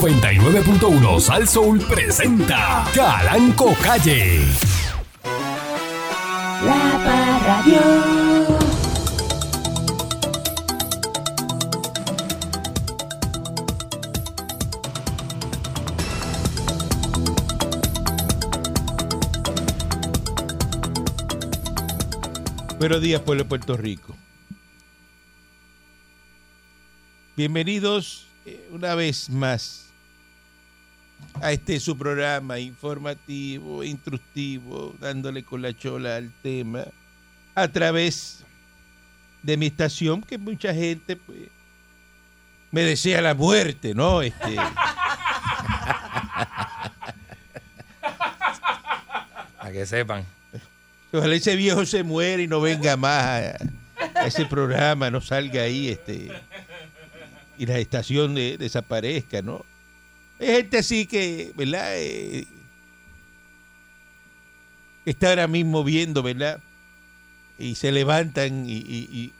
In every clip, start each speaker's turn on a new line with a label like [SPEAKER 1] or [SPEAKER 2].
[SPEAKER 1] 99.1 Sal Soul presenta Calanco Calle.
[SPEAKER 2] La Parradio.
[SPEAKER 3] Buenos días, pueblo de Puerto Rico. Bienvenidos eh, una vez más a este su programa informativo, instructivo, dándole con la chola al tema, a través de mi estación, que mucha gente pues, me desea la muerte, ¿no? Este,
[SPEAKER 4] A que sepan.
[SPEAKER 3] ojalá ese viejo se muera y no venga más a, a ese programa, no salga ahí, este, y la estación de- desaparezca, ¿no? Hay gente así que, ¿verdad? Eh, está ahora mismo viendo, ¿verdad? Y se levantan y, y- y-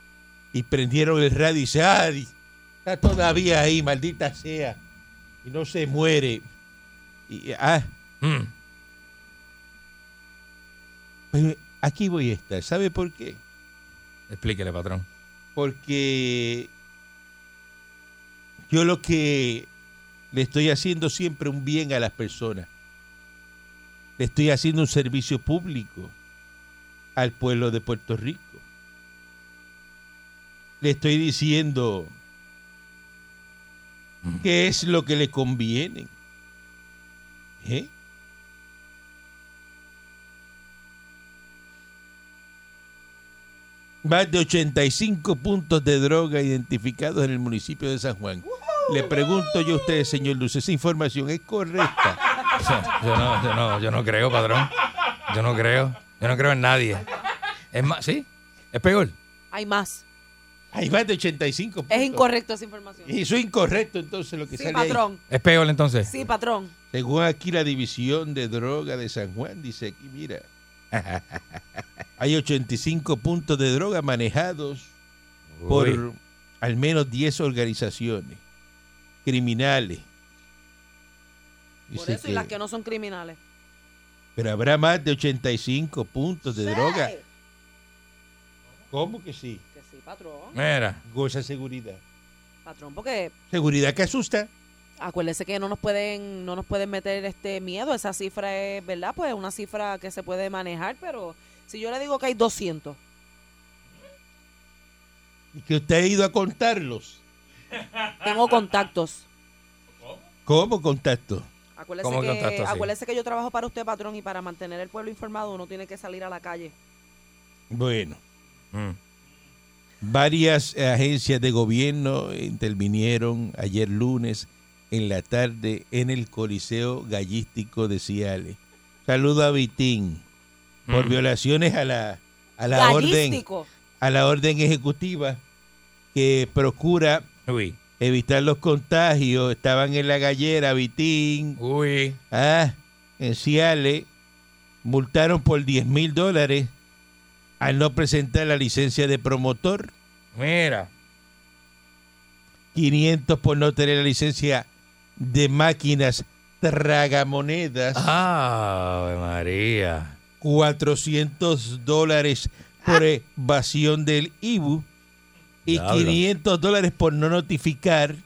[SPEAKER 3] y prendieron el radio y dice, ah, di- está todavía ahí, maldita sea. Y no se muere. Y, ah,
[SPEAKER 4] Mm.
[SPEAKER 3] pero pues, aquí voy a estar. ¿Sabe por qué?
[SPEAKER 4] Explíquele, patrón.
[SPEAKER 3] porque yo lo que le estoy haciendo siempre un bien a las personas. Le estoy haciendo un servicio público al pueblo de Puerto Rico. Le estoy diciendo qué es lo que le conviene. ¿Eh? Más de 85 puntos de droga identificados en el municipio de San Juan. Le pregunto yo a ustedes, señor Luz, ¿esa información es correcta?
[SPEAKER 4] O sea, yo, no, yo, no, yo no creo, patrón. Yo no creo. Yo no creo en nadie. Es más, sí, es peor.
[SPEAKER 5] Hay más.
[SPEAKER 3] Hay más de 85 puntos.
[SPEAKER 5] Es incorrecto esa información.
[SPEAKER 3] Y Eso es incorrecto, entonces, lo que
[SPEAKER 5] Sí,
[SPEAKER 3] sale ahí.
[SPEAKER 5] patrón.
[SPEAKER 4] Es peor entonces.
[SPEAKER 5] Sí, patrón.
[SPEAKER 3] Según aquí la división de droga de San Juan, dice aquí, mira, hay 85 puntos de droga manejados
[SPEAKER 4] Uy,
[SPEAKER 3] por al menos 10 organizaciones criminales.
[SPEAKER 5] Por
[SPEAKER 3] Dice
[SPEAKER 5] eso y
[SPEAKER 3] que-
[SPEAKER 5] las que no son criminales.
[SPEAKER 3] Pero habrá más de 85 puntos de droga. ¿Cómo que sí?
[SPEAKER 5] Que sí, patrón.
[SPEAKER 4] Mira,
[SPEAKER 3] Goza seguridad.
[SPEAKER 5] Patrón, porque
[SPEAKER 3] Seguridad que asusta.
[SPEAKER 5] acuérdese que no nos pueden no nos pueden meter este miedo. Esa cifra es, ¿verdad? Pues una cifra que se puede manejar, pero si yo le digo que hay 200,
[SPEAKER 3] Y que usted ha ido a contarlos.
[SPEAKER 5] tengo contactos.
[SPEAKER 3] ¿Cómo contacto?
[SPEAKER 5] Acuérdese,
[SPEAKER 4] ¿Cómo
[SPEAKER 5] que,
[SPEAKER 4] contactos, sí?
[SPEAKER 5] acuérdese que yo trabajo para usted, patrón, y para mantener el pueblo informado uno tiene que salir a la calle.
[SPEAKER 3] Bueno.
[SPEAKER 4] mm,
[SPEAKER 3] Varias agencias de gobierno intervinieron ayer lunes en la tarde en el Coliseo Gallístico de Ciales. Saludo a Vitín por
[SPEAKER 4] Mm.
[SPEAKER 3] violaciones a la, a la orden
[SPEAKER 5] Gallístico.
[SPEAKER 3] a la orden ejecutiva que procura
[SPEAKER 4] uy,
[SPEAKER 3] evitar los contagios. Estaban en la gallera, Vitín,
[SPEAKER 4] uy.
[SPEAKER 3] ah, en Ciales, multaron por 10 mil dólares al no presentar la licencia de promotor.
[SPEAKER 4] Mira,
[SPEAKER 3] 500 por no tener la licencia de máquinas tragamonedas,
[SPEAKER 4] Ave María.
[SPEAKER 3] 400 dólares por evasión del IBU y
[SPEAKER 4] Diablo.
[SPEAKER 3] 500 dólares por no notificar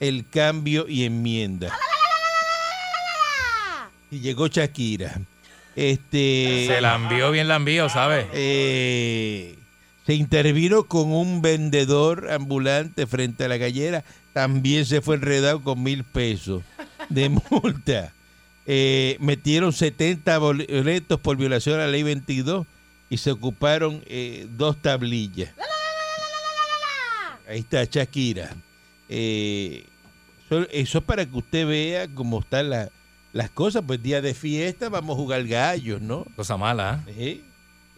[SPEAKER 3] el cambio y enmienda. Y llegó Shakira. Este
[SPEAKER 4] Se la envió bien la envió, ¿sabes?
[SPEAKER 3] eh, se intervino con un vendedor ambulante frente a la gallera. También se fue enredado con mil pesos de multa. Eh, metieron 70 boletos por violación a la ley 22 y se ocuparon eh, dos tablillas. Ahí está Shakira. Eh, eso, eso es para que usted vea cómo están la- las cosas. Pues día de fiesta, vamos a jugar gallos, ¿no?
[SPEAKER 4] Cosa mala, ¿eh?
[SPEAKER 3] Ejé.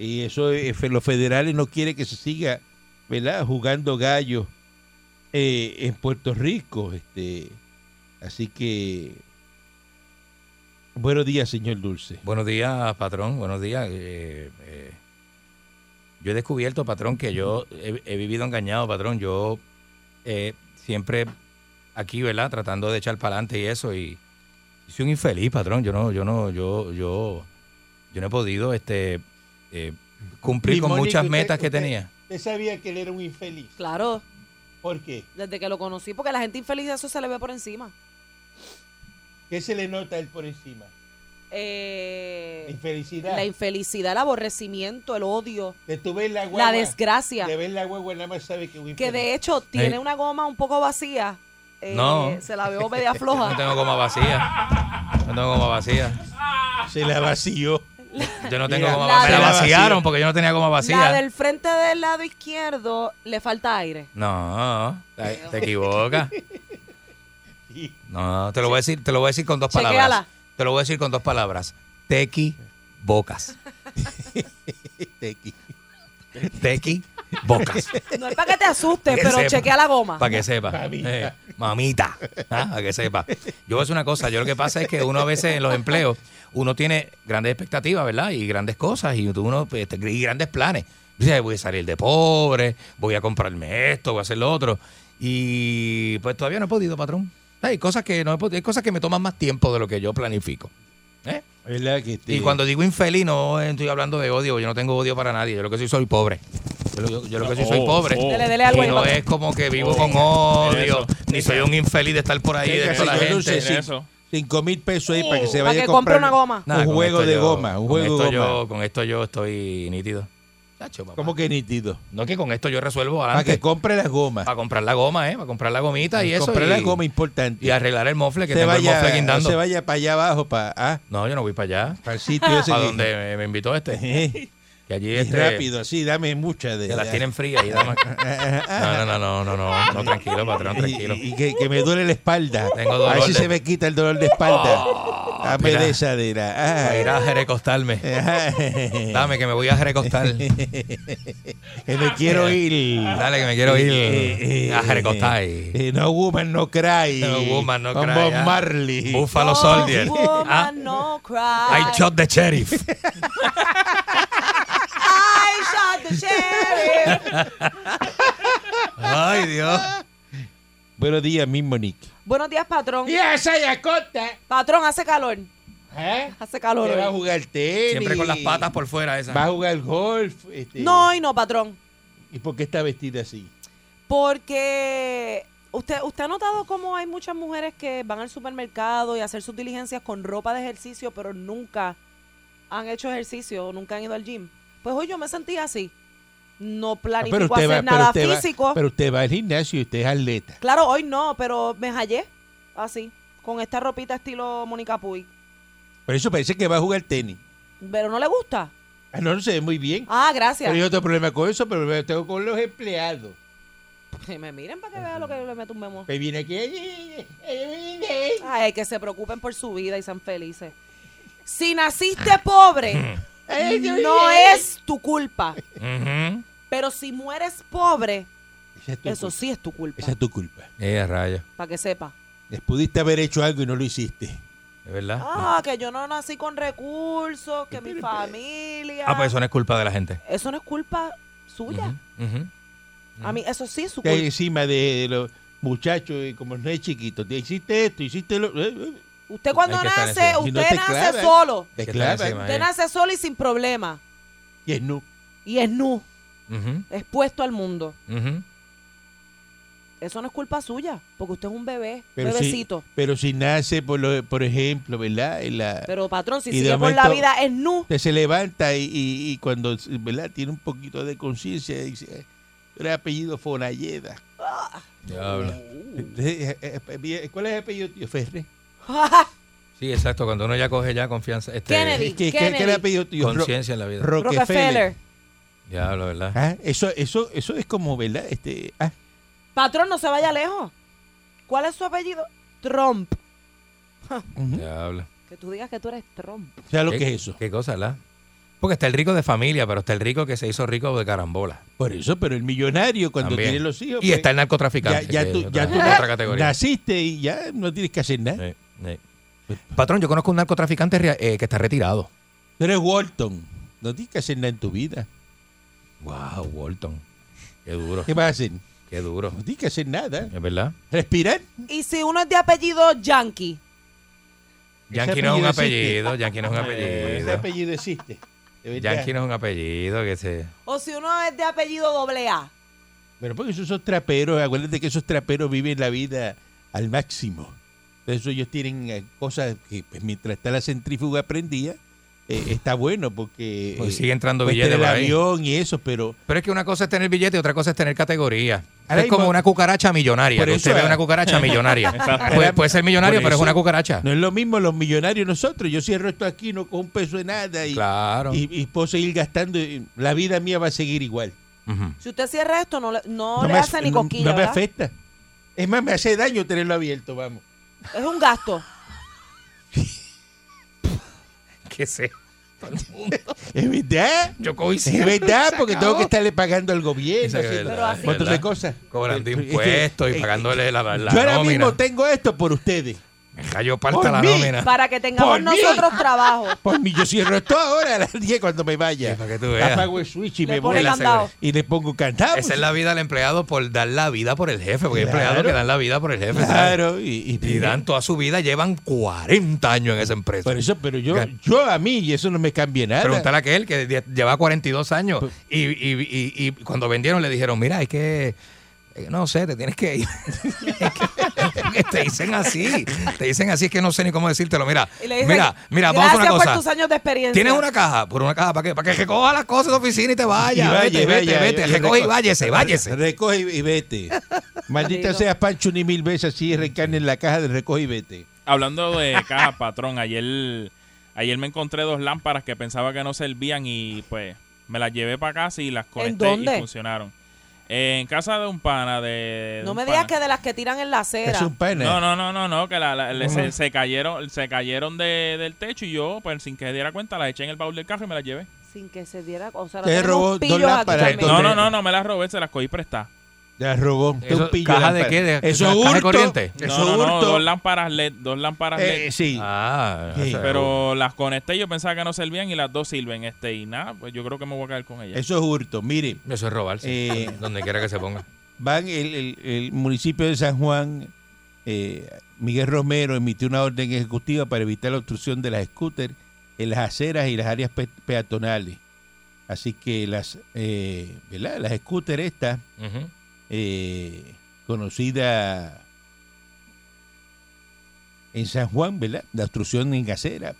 [SPEAKER 3] Y eso eh, fe- los federales no quieren que se siga ¿verdad? jugando gallo eh, en Puerto Rico. Este, así que buenos días, señor Dulce.
[SPEAKER 4] Buenos días, patrón. Buenos días. Eh, eh, yo he descubierto, patrón, que yo he, he vivido engañado, patrón. Yo eh, siempre aquí, ¿verdad? Tratando de echar para adelante y eso. Y, y soy un infeliz, patrón. Yo no, yo no, yo, yo, yo no he podido este eh, cumplir
[SPEAKER 3] Y,
[SPEAKER 4] con
[SPEAKER 3] Mónica,
[SPEAKER 4] muchas
[SPEAKER 3] usted-
[SPEAKER 4] metas que
[SPEAKER 3] usted-
[SPEAKER 4] tenía.
[SPEAKER 3] Usted sabía que él era un infeliz.
[SPEAKER 5] Claro,
[SPEAKER 3] ¿Por qué?
[SPEAKER 5] desde que lo conocí, porque a la gente infeliz eso se le ve por encima.
[SPEAKER 3] ¿Qué se le nota a él por encima?
[SPEAKER 5] Eh,
[SPEAKER 3] La infelicidad.
[SPEAKER 5] la infelicidad, el aborrecimiento, el odio,
[SPEAKER 3] de tú ves la guagua.
[SPEAKER 5] la desgracia.
[SPEAKER 3] De ver la guagua, nada más sabe que es un
[SPEAKER 5] Que de
[SPEAKER 3] infeliz.
[SPEAKER 5] hecho tiene
[SPEAKER 4] Ey.
[SPEAKER 5] una goma un poco vacía. Eh,
[SPEAKER 4] No.
[SPEAKER 5] Se la veo media
[SPEAKER 4] No
[SPEAKER 5] floja.
[SPEAKER 4] tengo goma vacía. No tengo goma vacía.
[SPEAKER 3] Se la vació.
[SPEAKER 4] Yo no tengo
[SPEAKER 3] Mira,
[SPEAKER 4] goma
[SPEAKER 5] la
[SPEAKER 4] vacía. Me
[SPEAKER 5] de-
[SPEAKER 4] la vaciaron porque yo no tenía goma
[SPEAKER 5] La
[SPEAKER 4] vacía.
[SPEAKER 5] del frente del lado izquierdo le falta aire.
[SPEAKER 4] No, te, te equivocas. No, te lo voy a decir, te lo voy a decir con dos
[SPEAKER 5] Chequéala.
[SPEAKER 4] palabras. Te lo voy a decir con dos palabras. Te equivocas. Te equivocas.
[SPEAKER 5] No es para que te asustes,
[SPEAKER 4] Que
[SPEAKER 5] pero
[SPEAKER 4] sepa.
[SPEAKER 5] chequea la goma.
[SPEAKER 4] Para que sepa.
[SPEAKER 3] Mamita.
[SPEAKER 4] Eh, mamita. Para que sepa. Yo voy a decir una cosa. Yo lo que pasa es que uno a veces en los empleos, uno tiene grandes expectativas, ¿verdad? Y grandes cosas y uno pues, te- y grandes planes. Dice, voy a salir de pobre, voy a comprarme esto, voy a hacer lo otro. Y pues todavía no he podido, patrón. Hay cosas que no he podido- hay cosas que me toman más tiempo de lo que yo planifico. ¿Eh?
[SPEAKER 3] ¿Verdad que este, te-
[SPEAKER 4] Y cuando digo infeliz, no estoy hablando de odio. Yo no tengo odio para nadie. Yo lo que soy, soy pobre. Yo lo, yo lo que soy, soy
[SPEAKER 1] Oh,
[SPEAKER 4] pobre.
[SPEAKER 1] oh.
[SPEAKER 5] Dele, dele algo
[SPEAKER 4] Y
[SPEAKER 5] ahí,
[SPEAKER 4] no
[SPEAKER 5] papá.
[SPEAKER 4] es como que vivo
[SPEAKER 3] Oh.
[SPEAKER 4] con odio,
[SPEAKER 1] Eso.
[SPEAKER 4] ni soy un infeliz de estar por ahí
[SPEAKER 1] Tenga
[SPEAKER 4] de toda la
[SPEAKER 1] señor
[SPEAKER 3] Yo
[SPEAKER 4] gente.
[SPEAKER 3] sé,
[SPEAKER 1] Dulce.
[SPEAKER 3] cin-
[SPEAKER 1] Eso.
[SPEAKER 3] cinco mil pesos ahí para que se
[SPEAKER 5] Uh, Para
[SPEAKER 3] vaya
[SPEAKER 5] que
[SPEAKER 3] a
[SPEAKER 5] compre
[SPEAKER 3] comprar
[SPEAKER 5] una goma.
[SPEAKER 4] Nada,
[SPEAKER 3] un
[SPEAKER 4] con
[SPEAKER 3] juego
[SPEAKER 4] esto
[SPEAKER 3] de
[SPEAKER 4] yo-
[SPEAKER 3] goma, un
[SPEAKER 4] con
[SPEAKER 3] juego de
[SPEAKER 4] esto
[SPEAKER 3] goma.
[SPEAKER 4] Yo, con esto yo estoy nítido. Chacho, papá.
[SPEAKER 3] ¿Cómo que nítido?
[SPEAKER 4] No es que con esto yo resuelvo
[SPEAKER 3] Para que
[SPEAKER 4] adelante.
[SPEAKER 3] compre las gomas.
[SPEAKER 4] Para comprar la goma, ¿eh? Para comprar la gomita y eso.
[SPEAKER 3] comprar
[SPEAKER 4] y,
[SPEAKER 3] la goma
[SPEAKER 4] y
[SPEAKER 3] importante.
[SPEAKER 4] arreglar el mofle que
[SPEAKER 3] se
[SPEAKER 4] tengo el mofle
[SPEAKER 3] vaya, no
[SPEAKER 4] guindando.
[SPEAKER 3] se vaya para allá abajo, para, ah,
[SPEAKER 4] No, yo no voy para allá.
[SPEAKER 3] para el sitio ese.
[SPEAKER 4] Para
[SPEAKER 3] que-
[SPEAKER 4] donde me, me invitó
[SPEAKER 3] Eh,
[SPEAKER 4] este. Que allí
[SPEAKER 3] y
[SPEAKER 4] este,
[SPEAKER 3] rápido, así, dame muchas de
[SPEAKER 4] que las
[SPEAKER 3] de-
[SPEAKER 4] tienen frías y dame- No, no, no, no, no, no, no, tranquilo, patrón,
[SPEAKER 3] Y-
[SPEAKER 4] tranquilo.
[SPEAKER 3] Y, que, que me duele la espalda.
[SPEAKER 4] Tengo dolor
[SPEAKER 3] a ver si
[SPEAKER 4] de- Oh,
[SPEAKER 3] se me quita el dolor de espalda. Dame
[SPEAKER 4] mira.
[SPEAKER 3] de esa de la.
[SPEAKER 4] Voy a ir a recostarme.
[SPEAKER 3] ah.
[SPEAKER 4] Dame que me voy a recostar.
[SPEAKER 3] Que me quiero ir.
[SPEAKER 4] Dale que me quiero ir.
[SPEAKER 3] Eh, eh,
[SPEAKER 4] a recostar.
[SPEAKER 3] eh, no woman, no cry.
[SPEAKER 4] No woman, no
[SPEAKER 3] Con
[SPEAKER 4] cry,
[SPEAKER 3] Bob
[SPEAKER 4] ah.
[SPEAKER 3] Marley.
[SPEAKER 4] Buffalo
[SPEAKER 5] No
[SPEAKER 4] Soldier.
[SPEAKER 5] woman,
[SPEAKER 4] Ah,
[SPEAKER 5] no cry.
[SPEAKER 4] I shot the sheriff.
[SPEAKER 5] I shot the sheriff.
[SPEAKER 4] Ay, Dios.
[SPEAKER 3] Buenos días, mi Monique.
[SPEAKER 5] Buenos días, patrón.
[SPEAKER 3] Y esa ya corta.
[SPEAKER 5] Patrón, hace calor.
[SPEAKER 3] ¿Eh?
[SPEAKER 5] Hace calor.
[SPEAKER 3] Que va a
[SPEAKER 5] hoy.
[SPEAKER 3] jugar tenis.
[SPEAKER 4] Siempre con las patas pues, por fuera
[SPEAKER 3] Va a
[SPEAKER 4] esa.
[SPEAKER 3] jugar golf. este.
[SPEAKER 5] No, y no, patrón.
[SPEAKER 3] ¿Y por qué está vestida así?
[SPEAKER 5] Porque usted, usted ha notado cómo hay muchas mujeres que van al supermercado y a hacer sus diligencias con ropa de ejercicio, pero nunca han hecho ejercicio o nunca han ido al gym. Pues hoy yo me sentí así. No planifico hacer nada
[SPEAKER 3] Ah, usted
[SPEAKER 5] físico.
[SPEAKER 3] va, pero usted va al gimnasio y usted es atleta.
[SPEAKER 5] Claro, hoy no, pero me hallé así, con esta ropita estilo Mónica Puy.
[SPEAKER 3] Por eso parece que va a jugar tenis.
[SPEAKER 5] Pero no le gusta.
[SPEAKER 3] Ah, no, no se ve muy bien.
[SPEAKER 5] Ah,
[SPEAKER 3] Pero
[SPEAKER 5] gracias.
[SPEAKER 3] hay otro problema con eso, pero lo tengo con los empleados.
[SPEAKER 5] Que me miren para que vean lo que le meto un memo.
[SPEAKER 3] Me viene aquí.
[SPEAKER 5] Ay, que se preocupen por su vida y sean felices. Si naciste pobre, no es tu culpa.
[SPEAKER 4] Ujú.
[SPEAKER 5] Pero si mueres pobre,
[SPEAKER 3] Esa es tu
[SPEAKER 5] eso
[SPEAKER 3] culpa.
[SPEAKER 5] sí es tu culpa.
[SPEAKER 3] Esa es tu culpa.
[SPEAKER 4] Eh, rayo.
[SPEAKER 5] Para que sepa.
[SPEAKER 3] Les pudiste haber hecho algo y no lo hiciste.
[SPEAKER 4] Es verdad.
[SPEAKER 5] Ah, que yo no nací con recursos, que mi familia.
[SPEAKER 4] Ah, pues eso no es culpa de la gente.
[SPEAKER 5] Eso no es culpa suya.
[SPEAKER 4] Ujú.
[SPEAKER 5] A mí, eso sí es su
[SPEAKER 3] Que hay
[SPEAKER 5] culpa.
[SPEAKER 3] encima de los muchachos, eh, como no es chiquito. Te hiciste esto, hiciste lo. eh, eh,
[SPEAKER 5] Usted cuando
[SPEAKER 4] Hay que estar
[SPEAKER 5] nace,
[SPEAKER 4] encima.
[SPEAKER 5] usted
[SPEAKER 3] Si no te
[SPEAKER 5] nace
[SPEAKER 3] clavan.
[SPEAKER 5] solo.
[SPEAKER 3] Te
[SPEAKER 4] Que
[SPEAKER 3] clavan.
[SPEAKER 4] está encima,
[SPEAKER 5] Usted
[SPEAKER 4] eh.
[SPEAKER 5] nace solo y sin problema.
[SPEAKER 3] Y es no.
[SPEAKER 5] Y es nu,
[SPEAKER 4] Ujú.
[SPEAKER 5] expuesto al mundo.
[SPEAKER 4] Ujú.
[SPEAKER 5] Eso no es culpa suya, porque usted es un bebé,
[SPEAKER 3] Pero si-
[SPEAKER 5] bebecito.
[SPEAKER 3] Pero si nace, por, lo- por ejemplo, ¿verdad? En la-
[SPEAKER 5] Pero patrón, si
[SPEAKER 3] Y de
[SPEAKER 5] sigue por la
[SPEAKER 3] momento-
[SPEAKER 5] vida es nu.
[SPEAKER 3] Usted se levanta y, y- y cuando ¿verdad? tiene un poquito de conciencia, dice: Era apellido Fonalleda.
[SPEAKER 4] Diablo.
[SPEAKER 3] Eh, eh, eh, ¿Cuál es el apellido tuyo? Ferre.
[SPEAKER 4] Sí, exacto. Cuando uno ya coge ya confianza, este,
[SPEAKER 5] Kennedy.
[SPEAKER 3] ¿Qué, qué, qué
[SPEAKER 5] Kennedy.
[SPEAKER 3] era el apellido tuyo? Ro-
[SPEAKER 4] conciencia en la vida.
[SPEAKER 3] Rockefeller.
[SPEAKER 5] Rockefeller.
[SPEAKER 4] Diablo, ¿verdad?
[SPEAKER 3] Ah, Eso, eso, eso es como, ¿verdad? Este, ah,
[SPEAKER 5] Patrón, no se vaya lejos. ¿Cuál es su apellido? Trump.
[SPEAKER 3] ujú.
[SPEAKER 4] Diablo.
[SPEAKER 5] Que tú digas que tú eres Trump.
[SPEAKER 3] O sea, lo
[SPEAKER 4] ¿Qué-
[SPEAKER 3] que es eso.
[SPEAKER 4] ¿Qué cosa, verdad? Porque está el rico de familia, pero está el rico que se hizo rico de carambola.
[SPEAKER 3] Por eso, pero el millonario cuando
[SPEAKER 4] También.
[SPEAKER 3] tiene los hijos.
[SPEAKER 4] Y
[SPEAKER 3] pues,
[SPEAKER 4] está el
[SPEAKER 3] ya,
[SPEAKER 4] narcotraficante.
[SPEAKER 3] ya
[SPEAKER 4] que
[SPEAKER 3] tú,
[SPEAKER 4] es
[SPEAKER 3] ya
[SPEAKER 4] otra-
[SPEAKER 3] tú ¿eh?
[SPEAKER 4] otra categoría.
[SPEAKER 3] naciste y ya no tienes que hacer nada.
[SPEAKER 4] Sí, sí. Patrón, yo conozco un narcotraficante rea- eh, que está retirado.
[SPEAKER 3] Tú eres Walton. No tienes que hacer nada en tu vida.
[SPEAKER 4] Wow, Walton. Qué duro.
[SPEAKER 3] ¿Qué vas a hacer?
[SPEAKER 4] Qué duro.
[SPEAKER 3] No tienes Pues que hacer nada.
[SPEAKER 4] Es verdad.
[SPEAKER 3] Respirar.
[SPEAKER 5] Y si uno es de apellido Yankee,
[SPEAKER 4] Yankee no es un
[SPEAKER 3] apellido existe.
[SPEAKER 4] apellido. Yankee no es un
[SPEAKER 3] Ese
[SPEAKER 4] apellido.
[SPEAKER 3] apellido existe. de verdad.
[SPEAKER 4] Yankee no es un apellido. Que se...
[SPEAKER 5] o si uno es de apellido doble A.
[SPEAKER 3] Bueno, porque esos son traperos, acuérdate que esos traperos viven la vida al máximo. Entonces ellos tienen eh, cosas que pues, mientras está la centrífuga prendida, eh, está bueno porque
[SPEAKER 4] Pues
[SPEAKER 3] eh,
[SPEAKER 4] sigue entrando
[SPEAKER 3] puedes
[SPEAKER 4] billete
[SPEAKER 3] tener
[SPEAKER 4] por
[SPEAKER 3] el
[SPEAKER 4] ahí.
[SPEAKER 3] avión y eso, pero
[SPEAKER 4] Pero es que una cosa es tener billete y otra cosa es tener categoría.
[SPEAKER 3] Ahora
[SPEAKER 4] es como
[SPEAKER 3] mismo-
[SPEAKER 4] una cucaracha millonaria.
[SPEAKER 3] Por
[SPEAKER 4] que
[SPEAKER 3] eso
[SPEAKER 4] usted ve
[SPEAKER 3] es.
[SPEAKER 4] una cucaracha millonaria.
[SPEAKER 3] Exacto.
[SPEAKER 4] puede, puede ser millonario,
[SPEAKER 3] Por
[SPEAKER 4] pero es
[SPEAKER 3] eso.
[SPEAKER 4] una cucaracha.
[SPEAKER 3] no es lo mismo los millonarios nosotros. Yo cierro esto aquí, no con un peso de nada y,
[SPEAKER 4] Claro.
[SPEAKER 3] y, y puedo seguir gastando. y la vida mía va a seguir igual.
[SPEAKER 4] Ujú.
[SPEAKER 5] Si usted cierra esto, no le, no le
[SPEAKER 3] me
[SPEAKER 5] hace
[SPEAKER 3] af-
[SPEAKER 5] ni
[SPEAKER 3] no-
[SPEAKER 5] coquilla,
[SPEAKER 3] no me
[SPEAKER 5] ¿verdad?
[SPEAKER 3] afecta. Es más, me hace daño tenerlo abierto, vamos.
[SPEAKER 5] Es un gasto.
[SPEAKER 4] Que sé. Todo el mundo.
[SPEAKER 3] Es verdad.
[SPEAKER 4] Yo cogí
[SPEAKER 3] Es
[SPEAKER 4] cien.
[SPEAKER 3] verdad, porque
[SPEAKER 4] Se
[SPEAKER 3] tengo que
[SPEAKER 4] acabó.
[SPEAKER 3] estarle pagando al gobierno.
[SPEAKER 4] Esa es
[SPEAKER 3] haciendo
[SPEAKER 4] verdad,
[SPEAKER 5] Pero así-
[SPEAKER 4] es
[SPEAKER 3] Un montón de
[SPEAKER 4] verdad.
[SPEAKER 3] cosas.
[SPEAKER 4] Cobrando
[SPEAKER 3] Eh, eh,
[SPEAKER 4] impuestos
[SPEAKER 3] eh,
[SPEAKER 4] y
[SPEAKER 3] eh,
[SPEAKER 4] pagándole la, la
[SPEAKER 3] Yo ahora
[SPEAKER 4] nómina.
[SPEAKER 3] mismo tengo esto por ustedes.
[SPEAKER 4] Me cayó parta
[SPEAKER 3] Por
[SPEAKER 4] la
[SPEAKER 3] mí.
[SPEAKER 4] nómina.
[SPEAKER 5] Para que
[SPEAKER 3] Por
[SPEAKER 5] tengamos
[SPEAKER 3] mí.
[SPEAKER 5] nosotros trabajo.
[SPEAKER 3] Por mí, yo cierro esto ahora a las 10 cuando me vaya.
[SPEAKER 4] Sí, para que tú veas.
[SPEAKER 3] Apago el switch y
[SPEAKER 5] Le
[SPEAKER 3] me
[SPEAKER 5] pone
[SPEAKER 3] voy.
[SPEAKER 4] la
[SPEAKER 5] candado.
[SPEAKER 3] Y le pongo cantado.
[SPEAKER 4] Esa es la vida del empleado por dar la vida por el jefe, porque hay
[SPEAKER 3] Claro.
[SPEAKER 4] empleados que dan la vida por el jefe. ¿sabes?
[SPEAKER 3] Claro, y, y-
[SPEAKER 4] Y dan toda su vida, llevan 40 años en esa empresa.
[SPEAKER 3] Por eso, pero yo,
[SPEAKER 4] Claro.
[SPEAKER 3] yo a mí, y eso no me cambia nada.
[SPEAKER 4] Preguntar a aquel que de- lleva 42 años
[SPEAKER 3] Pues
[SPEAKER 4] y, y- y- y cuando vendieron le dijeron, mira, es que, eh, no sé, te tienes que ir. Es que- porque te dicen así, te dicen así, es que no sé ni cómo decírtelo. Mira,
[SPEAKER 5] Y le dicen,
[SPEAKER 4] mira, mira, vamos a hacer
[SPEAKER 5] gracias
[SPEAKER 4] una
[SPEAKER 5] por tus
[SPEAKER 4] cosa.
[SPEAKER 5] años de experiencia.
[SPEAKER 4] Tienes una caja, por una caja, ¿para qué? Para que recoja las cosas de tu oficina y te vayas.
[SPEAKER 3] Y vaya,
[SPEAKER 4] vete, vete,
[SPEAKER 3] vaya,
[SPEAKER 4] vete,
[SPEAKER 3] y
[SPEAKER 4] recoge y
[SPEAKER 3] reco-
[SPEAKER 4] váyese, váyese.
[SPEAKER 3] Recoge y y vete. Maldita
[SPEAKER 5] Digo.
[SPEAKER 3] sea Pancho ni mil veces así reencarne en la caja de recoge y vete.
[SPEAKER 2] Hablando de caja, patrón, ayer, ayer me encontré dos lámparas que pensaba que no servían y pues me las llevé para casa y las conecté y
[SPEAKER 5] dónde?
[SPEAKER 2] funcionaron. Eh, en casa de un pana de... de
[SPEAKER 5] No
[SPEAKER 2] un
[SPEAKER 5] me digas
[SPEAKER 2] pana.
[SPEAKER 5] que de las que tiran en la acera.
[SPEAKER 3] Es un pana.
[SPEAKER 2] No, no, no, no, no, que la- la- le-
[SPEAKER 3] Ujú.
[SPEAKER 2] se, se cayeron, se cayeron de- del techo y yo, pues sin que diera cuenta, las eché en el baúl del carro y me las llevé.
[SPEAKER 5] Sin que se diera. O sea,
[SPEAKER 3] Te
[SPEAKER 5] tenemos
[SPEAKER 3] robó dos
[SPEAKER 5] pillos aquí
[SPEAKER 3] lámparas,
[SPEAKER 5] también.
[SPEAKER 3] Entonces-
[SPEAKER 2] No, no, no, no me las robé, se las cogí prestadas.
[SPEAKER 3] Ya robó.
[SPEAKER 4] Eso,
[SPEAKER 3] Usted un pillo
[SPEAKER 4] ¿caja
[SPEAKER 3] lámpara.
[SPEAKER 4] de qué? ¿De-
[SPEAKER 3] eso
[SPEAKER 4] de
[SPEAKER 3] es
[SPEAKER 4] caja de
[SPEAKER 3] hurto.
[SPEAKER 4] corriente?
[SPEAKER 3] Eso es
[SPEAKER 2] no, no, no,
[SPEAKER 3] hurto.
[SPEAKER 2] dos lámparas LED, dos lámparas LED.
[SPEAKER 3] Eh, sí.
[SPEAKER 4] Ah,
[SPEAKER 3] Sí.
[SPEAKER 4] o sea,
[SPEAKER 2] Pero las conecté, yo pensaba que no servían y las dos sirven. Este, y nada, pues yo creo que me voy a caer con ellas.
[SPEAKER 3] Eso es hurto. Mire,
[SPEAKER 4] Eso es robarse.
[SPEAKER 3] Eh,
[SPEAKER 4] donde quiera que se ponga.
[SPEAKER 3] van el, el- el municipio de San Juan, eh, Miguel Romero emitió una orden ejecutiva para evitar la obstrucción de las scooters en las aceras y las áreas pe- peatonales. Así que las, eh, ¿verdad? Las scooters estas,
[SPEAKER 4] Ujú.
[SPEAKER 3] eh, conocida en San Juan, ¿verdad? La obstrucción en aceras,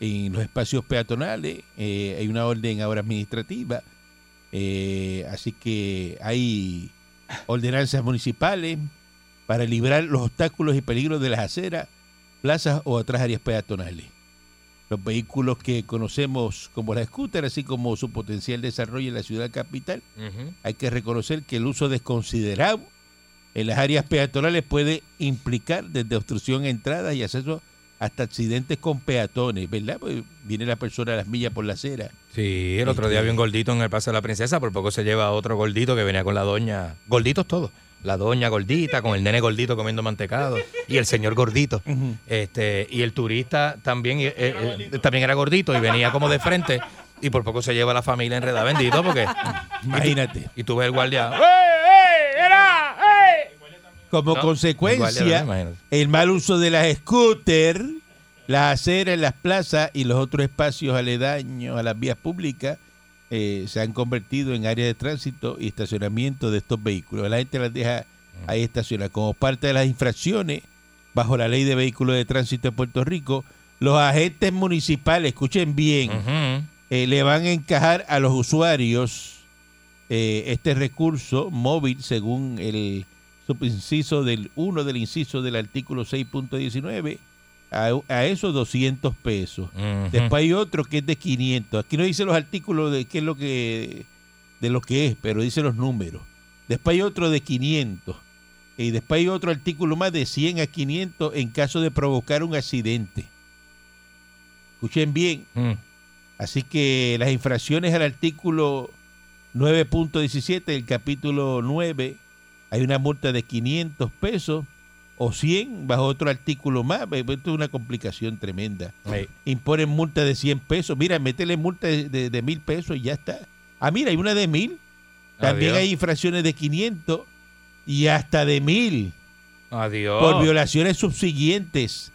[SPEAKER 4] Sí.
[SPEAKER 3] en los espacios peatonales, eh, hay una orden ahora administrativa, eh, así que hay ordenanzas municipales para librar los obstáculos y peligros de las aceras, plazas o otras áreas peatonales. Los vehículos que conocemos como la scooter, así como su potencial desarrollo en la ciudad capital,
[SPEAKER 4] Ujú.
[SPEAKER 3] hay que reconocer que el uso desconsiderado en las áreas peatonales puede implicar desde obstrucción a entradas y acceso hasta accidentes con peatones, ¿verdad? Pues viene la persona a las millas por la acera.
[SPEAKER 4] Sí, el otro día había un gordito en el Paso de la Princesa, por poco se lleva a otro gordito que venía con la doña. Gorditos todos. La doña gordita, con el nene gordito comiendo mantecado y el señor gordito. este Y el turista también, eh, eh, también era gordito y venía como de frente y por poco se lleva a la familia enredada. Bendito, porque.
[SPEAKER 3] Imagínate.
[SPEAKER 4] Y tú ves el guardia.
[SPEAKER 3] Como
[SPEAKER 4] No,
[SPEAKER 3] consecuencia,
[SPEAKER 4] igual, ya, imagínate.
[SPEAKER 3] el mal uso de las scooters, las aceras, las plazas y los otros espacios aledaños a las vías públicas eh, se han convertido en áreas de tránsito y estacionamiento de estos vehículos. La gente las deja ahí estacionar. Como parte de las infracciones bajo la ley de vehículos de tránsito de Puerto Rico, los agentes municipales, escuchen bien,
[SPEAKER 2] Mm.
[SPEAKER 4] Ujú.
[SPEAKER 3] eh, le van a encajar a los usuarios eh, este recurso móvil según el subinciso del 1 del inciso del artículo 6.19 a, a esos 200 pesos.
[SPEAKER 4] Ujú.
[SPEAKER 3] Después hay otro que es de 500. Aquí no dice los artículos de qué es lo que de lo que es, pero dice los números. Después hay otro de 500. Y después hay otro artículo más de 100 a 500 en caso de provocar un accidente. Escuchen bien,
[SPEAKER 4] Ujú.
[SPEAKER 3] Así que las infracciones al artículo 9.17 del capítulo 9, hay una multa de 500 pesos o 100 bajo otro artículo más. Ve- ve, Esto es una complicación tremenda.
[SPEAKER 4] Sí.
[SPEAKER 3] Imponen multa de 100 pesos. Mira, métele multa de, de, de 1000 pesos y ya está. Ah, mira, hay una de 1000. También
[SPEAKER 4] Adiós.
[SPEAKER 3] hay infracciones de 500 y hasta de mil
[SPEAKER 4] Adiós.
[SPEAKER 3] por violaciones subsiguientes.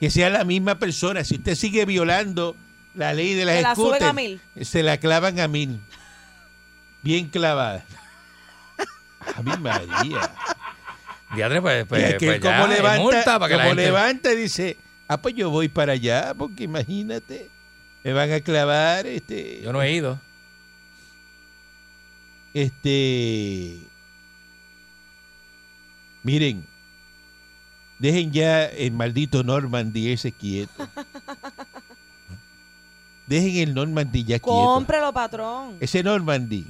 [SPEAKER 3] Que sea la misma persona. Si usted sigue violando la ley de las
[SPEAKER 5] Se la suben
[SPEAKER 3] scooters,
[SPEAKER 5] a mil.
[SPEAKER 3] se la clavan a mil. Bien clavada. A mi María.
[SPEAKER 4] Diadre, pues,
[SPEAKER 3] Y
[SPEAKER 4] pues,
[SPEAKER 3] es que
[SPEAKER 4] pues ya,
[SPEAKER 3] como
[SPEAKER 4] es
[SPEAKER 3] levanta,
[SPEAKER 4] multa para que la
[SPEAKER 3] como
[SPEAKER 4] gente-
[SPEAKER 3] levanta y dice, ah, pues yo voy para allá, porque imagínate, me van a clavar, este,
[SPEAKER 4] Yo no he ido.
[SPEAKER 3] este, miren, dejen ya el maldito Normandy ese quieto. Dejen el Normandy ya quieto.
[SPEAKER 5] Cómprelo, patrón.
[SPEAKER 3] Ese Normandy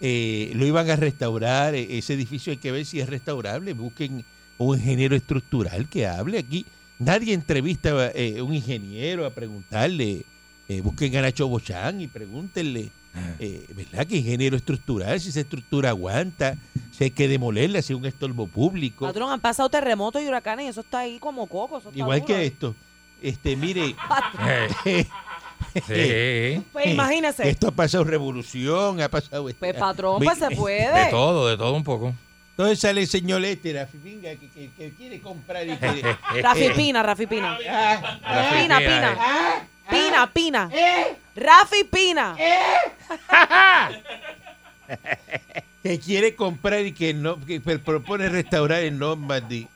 [SPEAKER 3] eh, lo iban a restaurar. e- Ese edificio hay que ver si es restaurable. Busquen un ingeniero estructural que hable aquí. Nadie entrevista a eh, un ingeniero a preguntarle. Eh, busquen a Nacho Bochán y pregúntenle, eh, ¿verdad? Que ingeniero estructural, si esa estructura aguanta, si hay que demolerla, si es un estorbo público.
[SPEAKER 5] Patrón, han pasado terremotos y huracanes y eso está ahí como coco. eso está
[SPEAKER 3] Igual
[SPEAKER 5] duro.
[SPEAKER 3] que esto. Este, mire,
[SPEAKER 4] Eh, sí.
[SPEAKER 5] Pues
[SPEAKER 3] eh,
[SPEAKER 5] imagínese.
[SPEAKER 3] esto ha pasado revolución, ha pasado... este
[SPEAKER 5] Pues patrón, pues se
[SPEAKER 4] De
[SPEAKER 3] Eh.
[SPEAKER 5] puede.
[SPEAKER 4] todo, de todo un poco.
[SPEAKER 3] Entonces sale el señor este, Rafi Pinga, que, que- que quiere comprar y quiere.
[SPEAKER 5] Rafi Pina, Rafi Pina.
[SPEAKER 3] Ah,
[SPEAKER 4] Rafi, mira,
[SPEAKER 5] Pina, Pina.
[SPEAKER 4] eh.
[SPEAKER 5] Pina, Pina. Rafi Pina.
[SPEAKER 3] que quiere comprar y que no que per- propone restaurar el Normandy.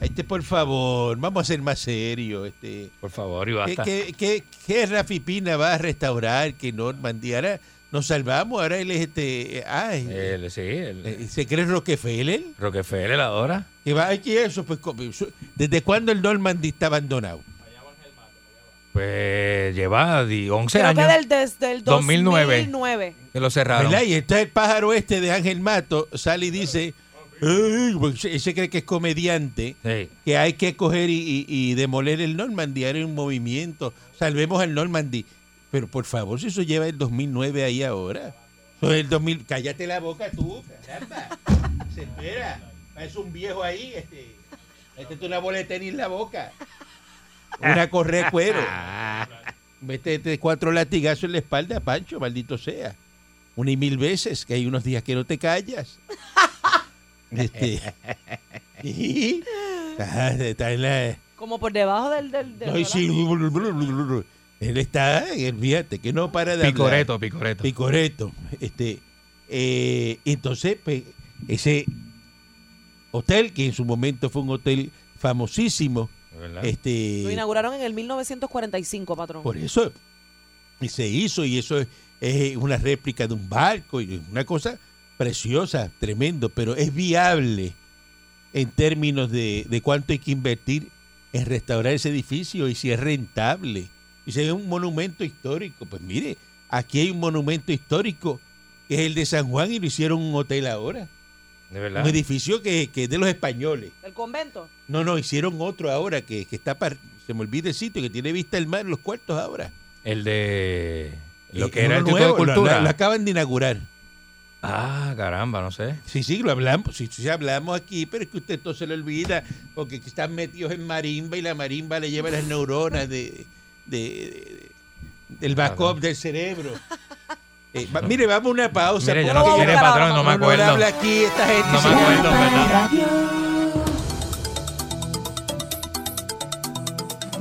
[SPEAKER 3] Este, por favor, vamos a ser más serios. Este.
[SPEAKER 4] Por favor, y
[SPEAKER 3] ¿Qué,
[SPEAKER 4] basta.
[SPEAKER 3] qué, qué- qué Rafi Pina va a restaurar que Normandy? Ahora nos salvamos, ahora él es este. Ay,
[SPEAKER 4] El- sí, el-
[SPEAKER 3] eh, ¿Se cree Rockefeller?
[SPEAKER 4] Rockefeller ahora.
[SPEAKER 3] Que va aquí eso, pues. co- ¿Desde cuándo el Normandy está abandonado?
[SPEAKER 4] Pues lleva di- 11
[SPEAKER 5] Creo que
[SPEAKER 4] años
[SPEAKER 5] del, desde el
[SPEAKER 4] 2009.
[SPEAKER 5] 2009.
[SPEAKER 4] que lo cerraron.
[SPEAKER 3] ¿Verdad? Y está el pájaro este de Ángel Mato, sale y dice, "Ey", porque ese cree que es comediante,
[SPEAKER 4] Sí.
[SPEAKER 3] que hay que coger y, y- y demoler el Normandy, era un movimiento, salvemos al Normandy. Pero por favor, si eso lleva el 2009 ahí ahora. Eso es el 2000, cállate la boca tú, caramba. Se espera, es un viejo ahí, este, métete una bola de tenis en la boca. Una correa de cuero. Métete cuatro latigazos en la espalda, Pancho, maldito sea. Una y mil veces, que hay unos días que no te callas. Este, y- está- está en la-
[SPEAKER 5] Como por debajo del... del, del
[SPEAKER 3] no, y sí, él está, eh, fíjate, que no para de hablar.
[SPEAKER 4] Picoreto, picoreto.
[SPEAKER 3] Picoreto. Este, eh, entonces, pues, ese hotel, que en su momento fue un hotel famosísimo,
[SPEAKER 4] ¿Verdad?
[SPEAKER 3] este,
[SPEAKER 5] Lo inauguraron en el 1945, patrón.
[SPEAKER 3] por eso y se hizo y eso es, es una réplica de un barco y una cosa preciosa, tremendo, pero es viable en términos de, de cuánto hay que invertir en restaurar ese edificio y si es rentable. Y si es un monumento histórico, pues mire, aquí hay un monumento histórico que es el de San Juan y lo hicieron un hotel ahora.
[SPEAKER 4] De verdad.
[SPEAKER 3] Un edificio que- que es de los españoles.
[SPEAKER 5] ¿El convento?
[SPEAKER 3] No, no, hicieron otro ahora que, que está para. Se me olvida el sitio, que tiene vista al mar, los cuartos ahora.
[SPEAKER 4] El de lo
[SPEAKER 3] Eh,
[SPEAKER 4] que era
[SPEAKER 3] uno
[SPEAKER 4] el tipo de
[SPEAKER 3] nuevo, lo-
[SPEAKER 4] cultura.
[SPEAKER 3] Lo, lo acaban de inaugurar.
[SPEAKER 4] Ah, caramba, no sé.
[SPEAKER 3] Sí, sí, lo hablamos. Sí, sí, hablamos aquí, pero es que usted todo se le olvida, porque están metidos en marimba y la marimba le lleva las neuronas de, de- de- del backup del cerebro. Eh, va- mire, vamos a una pausa.
[SPEAKER 4] Mire, ya
[SPEAKER 5] lo
[SPEAKER 4] no
[SPEAKER 5] vamos a
[SPEAKER 4] quiere
[SPEAKER 5] buscar ahora,
[SPEAKER 4] patrón, no me
[SPEAKER 3] porque uno habla
[SPEAKER 4] acuerdo.
[SPEAKER 3] aquí, esta gente
[SPEAKER 4] No
[SPEAKER 3] se-
[SPEAKER 4] me acuerdo, ¿verdad?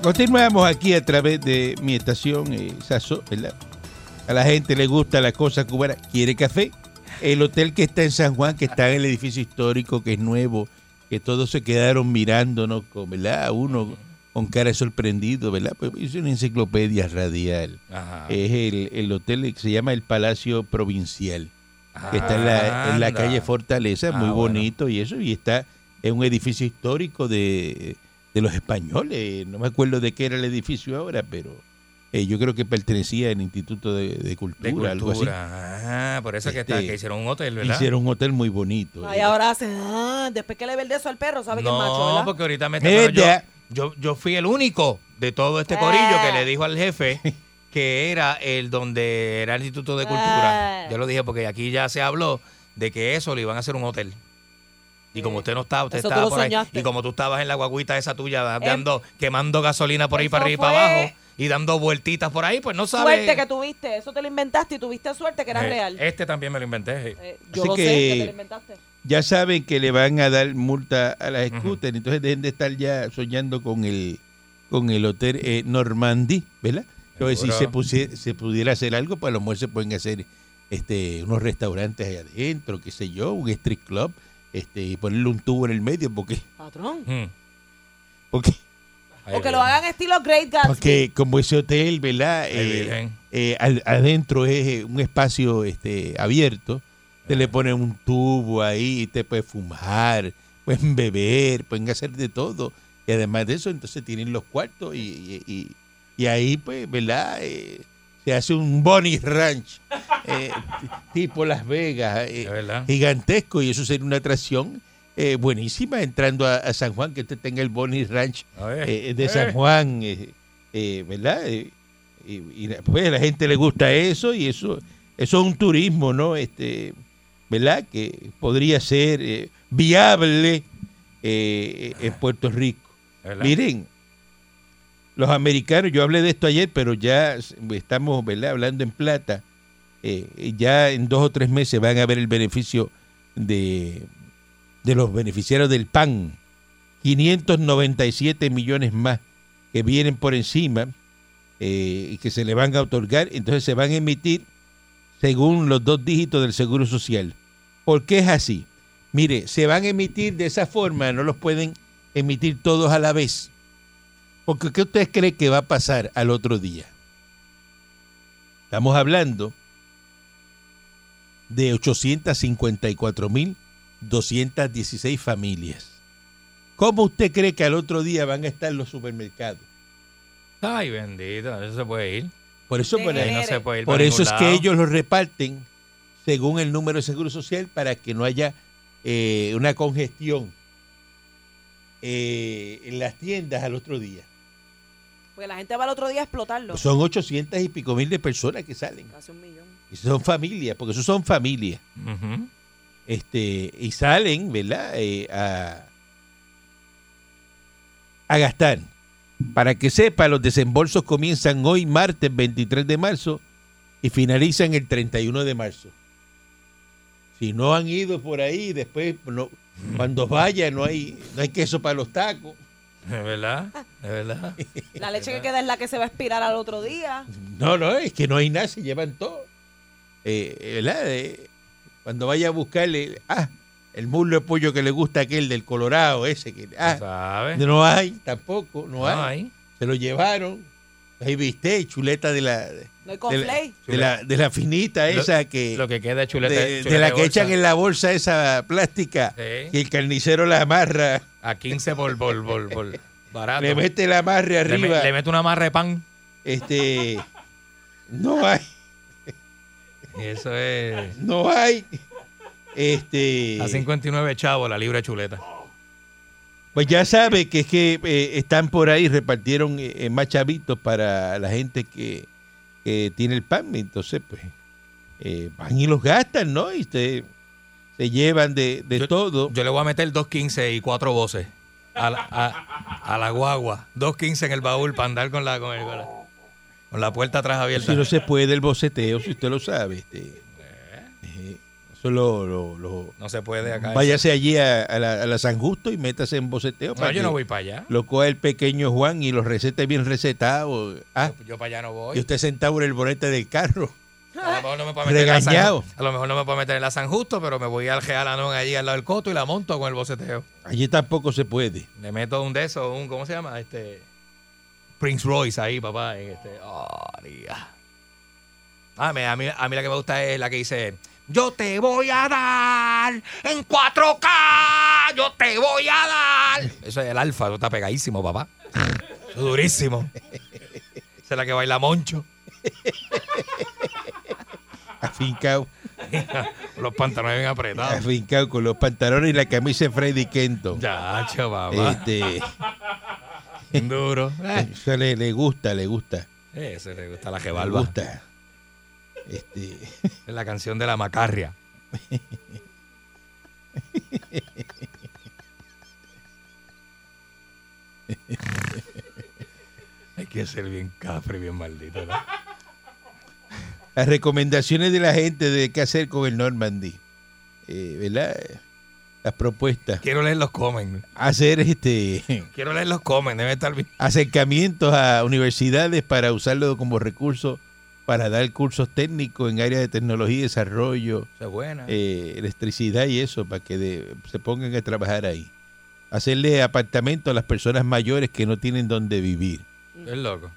[SPEAKER 3] Continuamos aquí a través de mi estación, eh, Sasso, ¿verdad? A la gente le gusta la cosa cubana. ¿Quiere café? El hotel que está en San Juan, que está en el edificio histórico, que es nuevo, que todos se quedaron mirándonos, con, ¿verdad? Uno con cara de sorprendido, ¿verdad? Pues es una enciclopedia radial.
[SPEAKER 4] Ajá.
[SPEAKER 3] Es el, el hotel que se llama el Palacio Provincial que está en la, en la
[SPEAKER 4] Anda.
[SPEAKER 3] calle Fortaleza,
[SPEAKER 4] Ah,
[SPEAKER 3] muy
[SPEAKER 4] bueno.
[SPEAKER 3] bonito y eso, y está en un edificio histórico de, de los españoles, no me acuerdo de qué era el edificio ahora, pero eh, yo creo que pertenecía al Instituto de, de Cultura,
[SPEAKER 4] De cultura.
[SPEAKER 3] algo así.
[SPEAKER 4] Ah, por eso que está,
[SPEAKER 3] Este,
[SPEAKER 4] que hicieron un hotel, ¿verdad?
[SPEAKER 3] Hicieron un hotel muy bonito.
[SPEAKER 5] Ay, ahora hacen... Ah, después que le ve el de eso al perro, sabe que es macho,
[SPEAKER 4] No,
[SPEAKER 5] ¿verdad?
[SPEAKER 4] porque ahorita me
[SPEAKER 3] Eh,
[SPEAKER 4] pero yo,
[SPEAKER 3] ya.
[SPEAKER 4] yo, yo fui el único de todo este
[SPEAKER 5] Ah.
[SPEAKER 4] corillo que le dijo al jefe que era el donde era el Instituto de Cultura.
[SPEAKER 5] Ah.
[SPEAKER 4] Yo lo dije porque aquí ya se habló de que eso le iban a hacer un hotel. Y como usted no estaba, usted
[SPEAKER 5] Eh. Eso tú
[SPEAKER 4] estaba
[SPEAKER 5] lo
[SPEAKER 4] por ahí.
[SPEAKER 5] soñaste.
[SPEAKER 4] Y como tú estabas en la guaguita esa tuya,
[SPEAKER 5] Em,
[SPEAKER 4] dando, quemando gasolina por ahí para
[SPEAKER 5] eso
[SPEAKER 4] arriba y para
[SPEAKER 5] fue-
[SPEAKER 4] abajo y dando vueltitas por ahí, pues no sabes.
[SPEAKER 5] Suerte que tuviste. Eso te lo inventaste y tuviste suerte que era
[SPEAKER 4] Eh,
[SPEAKER 5] real.
[SPEAKER 4] Este también me lo inventé. sí.
[SPEAKER 5] Eh, yo
[SPEAKER 3] Así
[SPEAKER 5] lo
[SPEAKER 3] que-
[SPEAKER 5] sé que te lo inventaste.
[SPEAKER 3] ya saben que le van a dar multa a las scooters, entonces dejen de estar ya soñando con el con el hotel eh, Normandy, ¿verdad? Entonces, si se,
[SPEAKER 4] Seguro.
[SPEAKER 3] pusie- se pudiera hacer algo, pues a lo mejor se pueden hacer este unos restaurantes allá adentro, qué sé yo, un street club, este y ponerle un tubo en el medio, porque
[SPEAKER 5] Patrón.
[SPEAKER 4] Mm.
[SPEAKER 3] porque
[SPEAKER 4] Ay,
[SPEAKER 5] o que lo
[SPEAKER 4] Virgen.
[SPEAKER 5] hagan estilo Great Gatsby.
[SPEAKER 3] Porque como ese hotel, ¿verdad?
[SPEAKER 4] Ay,
[SPEAKER 3] Eh,
[SPEAKER 4] Virgen.
[SPEAKER 3] eh, al- adentro es eh, un espacio este, abierto. Te le ponen un tubo ahí y te puedes fumar, pueden beber, pueden hacer de todo. Y además de eso, entonces tienen los cuartos y, y- y- y ahí, pues, ¿verdad? Eh, se hace un Bonnie Ranch, eh, t- tipo Las Vegas, eh,
[SPEAKER 4] De verdad.
[SPEAKER 3] gigantesco. Y eso sería una atracción eh, buenísima entrando a, a San Juan, que usted tenga el Bonnie Ranch
[SPEAKER 4] A ver.
[SPEAKER 3] eh, de
[SPEAKER 4] Eh.
[SPEAKER 3] San Juan, eh, eh, ¿verdad? Eh, y, y la- pues a la gente le gusta eso y eso, eso es un turismo, ¿no? Este, ¿verdad? Que podría ser eh, viable eh, en Puerto Rico.
[SPEAKER 4] De verdad.
[SPEAKER 3] Miren, los americanos, yo hablé de esto ayer, pero ya s- estamos ¿verdad? hablando en plata. eh, y ya en dos o tres meses van a ver el beneficio de, de los beneficiarios del PAN. 597 millones más que vienen por encima eh, y que se le van a otorgar. Entonces se van a emitir según los dos dígitos del Seguro Social. ¿Por qué es así? Mire, se van a emitir de esa forma, no los pueden emitir todos a la vez. Porque ¿qué usted cree que va a pasar al otro día? Estamos hablando de 854.216 familias. ¿Cómo usted cree que al otro día van a estar los supermercados?
[SPEAKER 4] Ay, bendito, eso se puede ir.
[SPEAKER 3] Por eso,
[SPEAKER 5] Sí,
[SPEAKER 3] por,
[SPEAKER 4] Ahí no
[SPEAKER 5] Genere.
[SPEAKER 4] se puede ir.
[SPEAKER 3] por
[SPEAKER 4] para
[SPEAKER 3] eso
[SPEAKER 4] ningún
[SPEAKER 3] es que
[SPEAKER 4] lado.
[SPEAKER 3] ellos los reparten según el número de seguro social para que no haya eh, una congestión eh, en las tiendas al otro día.
[SPEAKER 5] Porque la gente va al otro día a explotarlo.
[SPEAKER 3] Son 800 y pico mil de personas que salen.
[SPEAKER 5] Casi un millón.
[SPEAKER 3] Y son familias, porque eso son familias.
[SPEAKER 4] Ujú.
[SPEAKER 3] Este, y salen, ¿verdad? Eh, a, a gastar. Para que sepa, los desembolsos comienzan hoy, martes 23 de marzo, y finalizan el 31 de marzo. Si no han ido por ahí, después, no- cuando vaya, no hay, no hay queso para los tacos.
[SPEAKER 4] De verdad, de verdad.
[SPEAKER 5] La leche que queda es la que se va a expirar al otro día.
[SPEAKER 3] No, no, es que no hay nada, se llevan todo. Eh, eh, ¿verdad? Eh, cuando vaya a buscarle, ah, el muslo de pollo que le gusta a aquel del Colorado, ese que,
[SPEAKER 4] ¿Sabe?
[SPEAKER 3] ah, no hay tampoco, no,
[SPEAKER 4] No
[SPEAKER 3] hay.
[SPEAKER 4] hay.
[SPEAKER 3] Se lo llevaron. Ahí viste, chuleta de la de,
[SPEAKER 5] No
[SPEAKER 3] de la,
[SPEAKER 5] hay conflay.
[SPEAKER 3] de la- de la finita
[SPEAKER 4] Lo-
[SPEAKER 3] esa que,
[SPEAKER 4] Lo que queda
[SPEAKER 3] de,
[SPEAKER 4] es chuleta.
[SPEAKER 3] eh, de
[SPEAKER 4] chuleta
[SPEAKER 3] la que
[SPEAKER 4] bolsa.
[SPEAKER 3] echan en la bolsa esa plástica
[SPEAKER 4] Sí.
[SPEAKER 3] y el carnicero la amarra,
[SPEAKER 4] A 15 por, por, por, por barato.
[SPEAKER 3] le mete el amarre
[SPEAKER 4] Le me-
[SPEAKER 3] arriba.
[SPEAKER 4] le mete una amarra de pan.
[SPEAKER 3] Este no hay.
[SPEAKER 4] Eso es.
[SPEAKER 3] no hay este
[SPEAKER 4] A 59 chavos la libra de chuleta.
[SPEAKER 3] pues ya sabe que es que eh, están por ahí repartieron eh, eh, más chavitos para la gente que, que tiene el pan entonces pues eh, van y los gastan no y se, se llevan de, de
[SPEAKER 4] Yo-
[SPEAKER 3] todo
[SPEAKER 4] Yo le voy a meter 2.15 y cuatro voces a la, a, a la guagua. 2.15 en el baúl para andar con la, con, el- con la, con la puerta atrás abierta.
[SPEAKER 3] si no se puede el boceteo si usted lo sabe este eh, eso lo, lo- lo-
[SPEAKER 4] No se puede acá.
[SPEAKER 3] váyase allí a, a la, a la San Justo y métase en boceteo
[SPEAKER 4] No, yo
[SPEAKER 3] que
[SPEAKER 4] no voy para allá.
[SPEAKER 3] lo coja el pequeño Juan y los recete bien recetados ah,
[SPEAKER 4] Yo, para allá no
[SPEAKER 3] Y
[SPEAKER 4] voy.
[SPEAKER 3] usted sentado en el bonete del carro.
[SPEAKER 4] A lo mejor no me puedo meter en la San-
[SPEAKER 3] Regañado.
[SPEAKER 4] a lo mejor no me puedo meter en la San Justo, pero me voy al Real Anón allí al lado del coto y la monto con el boceteo.
[SPEAKER 3] Allí tampoco se puede.
[SPEAKER 4] Le meto un de esos, un, ¿cómo se llama? Este Prince Royce ahí, papá, en este. Oh, María. Ah, me- a, mí, a mí la que me gusta es la que dice, yo te voy a dar en 4K, yo te voy a dar. Eso es el alfa, eso está pegadísimo, papá. Eso es durísimo. Esa es la que baila Moncho,
[SPEAKER 3] Afincado,
[SPEAKER 4] con los pantalones bien apretados.
[SPEAKER 3] afincado con los pantalones y la camisa de Freddy Kenton.
[SPEAKER 4] Ya, che, papá.
[SPEAKER 3] Este,
[SPEAKER 4] Duro. Eh,
[SPEAKER 3] eso le, le gusta, le gusta.
[SPEAKER 4] Eso le gusta la que
[SPEAKER 3] Le
[SPEAKER 4] barba.
[SPEAKER 3] gusta. Este,
[SPEAKER 4] Es la canción de la macarria. Hay que ser bien cafre, bien maldito, ¿no?
[SPEAKER 3] las recomendaciones de la gente de qué hacer con el Normandy. Eh, ¿Verdad? las propuestas.
[SPEAKER 4] Quiero leer los comen.
[SPEAKER 3] Hacer este
[SPEAKER 4] Quiero leer los comen. Debe estar bien.
[SPEAKER 3] acercamientos a universidades para usarlo como recurso para dar cursos técnicos en áreas de tecnología y desarrollo,
[SPEAKER 4] Esa es buena.
[SPEAKER 3] eh, electricidad y eso, para que de- se pongan a trabajar ahí. Hacerle apartamentos a las personas mayores que no tienen donde vivir.
[SPEAKER 4] es loco.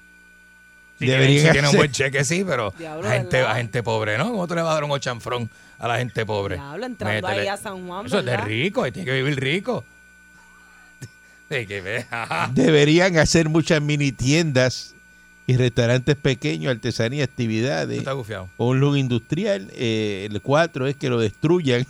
[SPEAKER 4] Si
[SPEAKER 3] Deberían
[SPEAKER 4] tiene, si tiene un
[SPEAKER 3] hacer-
[SPEAKER 4] buen cheque, sí, pero
[SPEAKER 5] Diablo,
[SPEAKER 4] a, gente,
[SPEAKER 5] ¿verdad?
[SPEAKER 4] a gente pobre, ¿no? ¿Cómo tú le vas a dar un ochanfrón a la gente pobre?
[SPEAKER 5] Diablo, entrando
[SPEAKER 4] Métele.
[SPEAKER 5] ahí a San Juan.
[SPEAKER 4] Eso es de
[SPEAKER 5] ¿verdad?
[SPEAKER 4] rico, y tiene que vivir rico. Hay que Ah, ver. ajá.
[SPEAKER 3] Deberían hacer muchas mini tiendas y restaurantes pequeños, artesanía,
[SPEAKER 4] Tú
[SPEAKER 3] actividades.
[SPEAKER 4] estás gufiado.
[SPEAKER 3] O un lugar industrial. eh, el cuatro es que lo destruyan,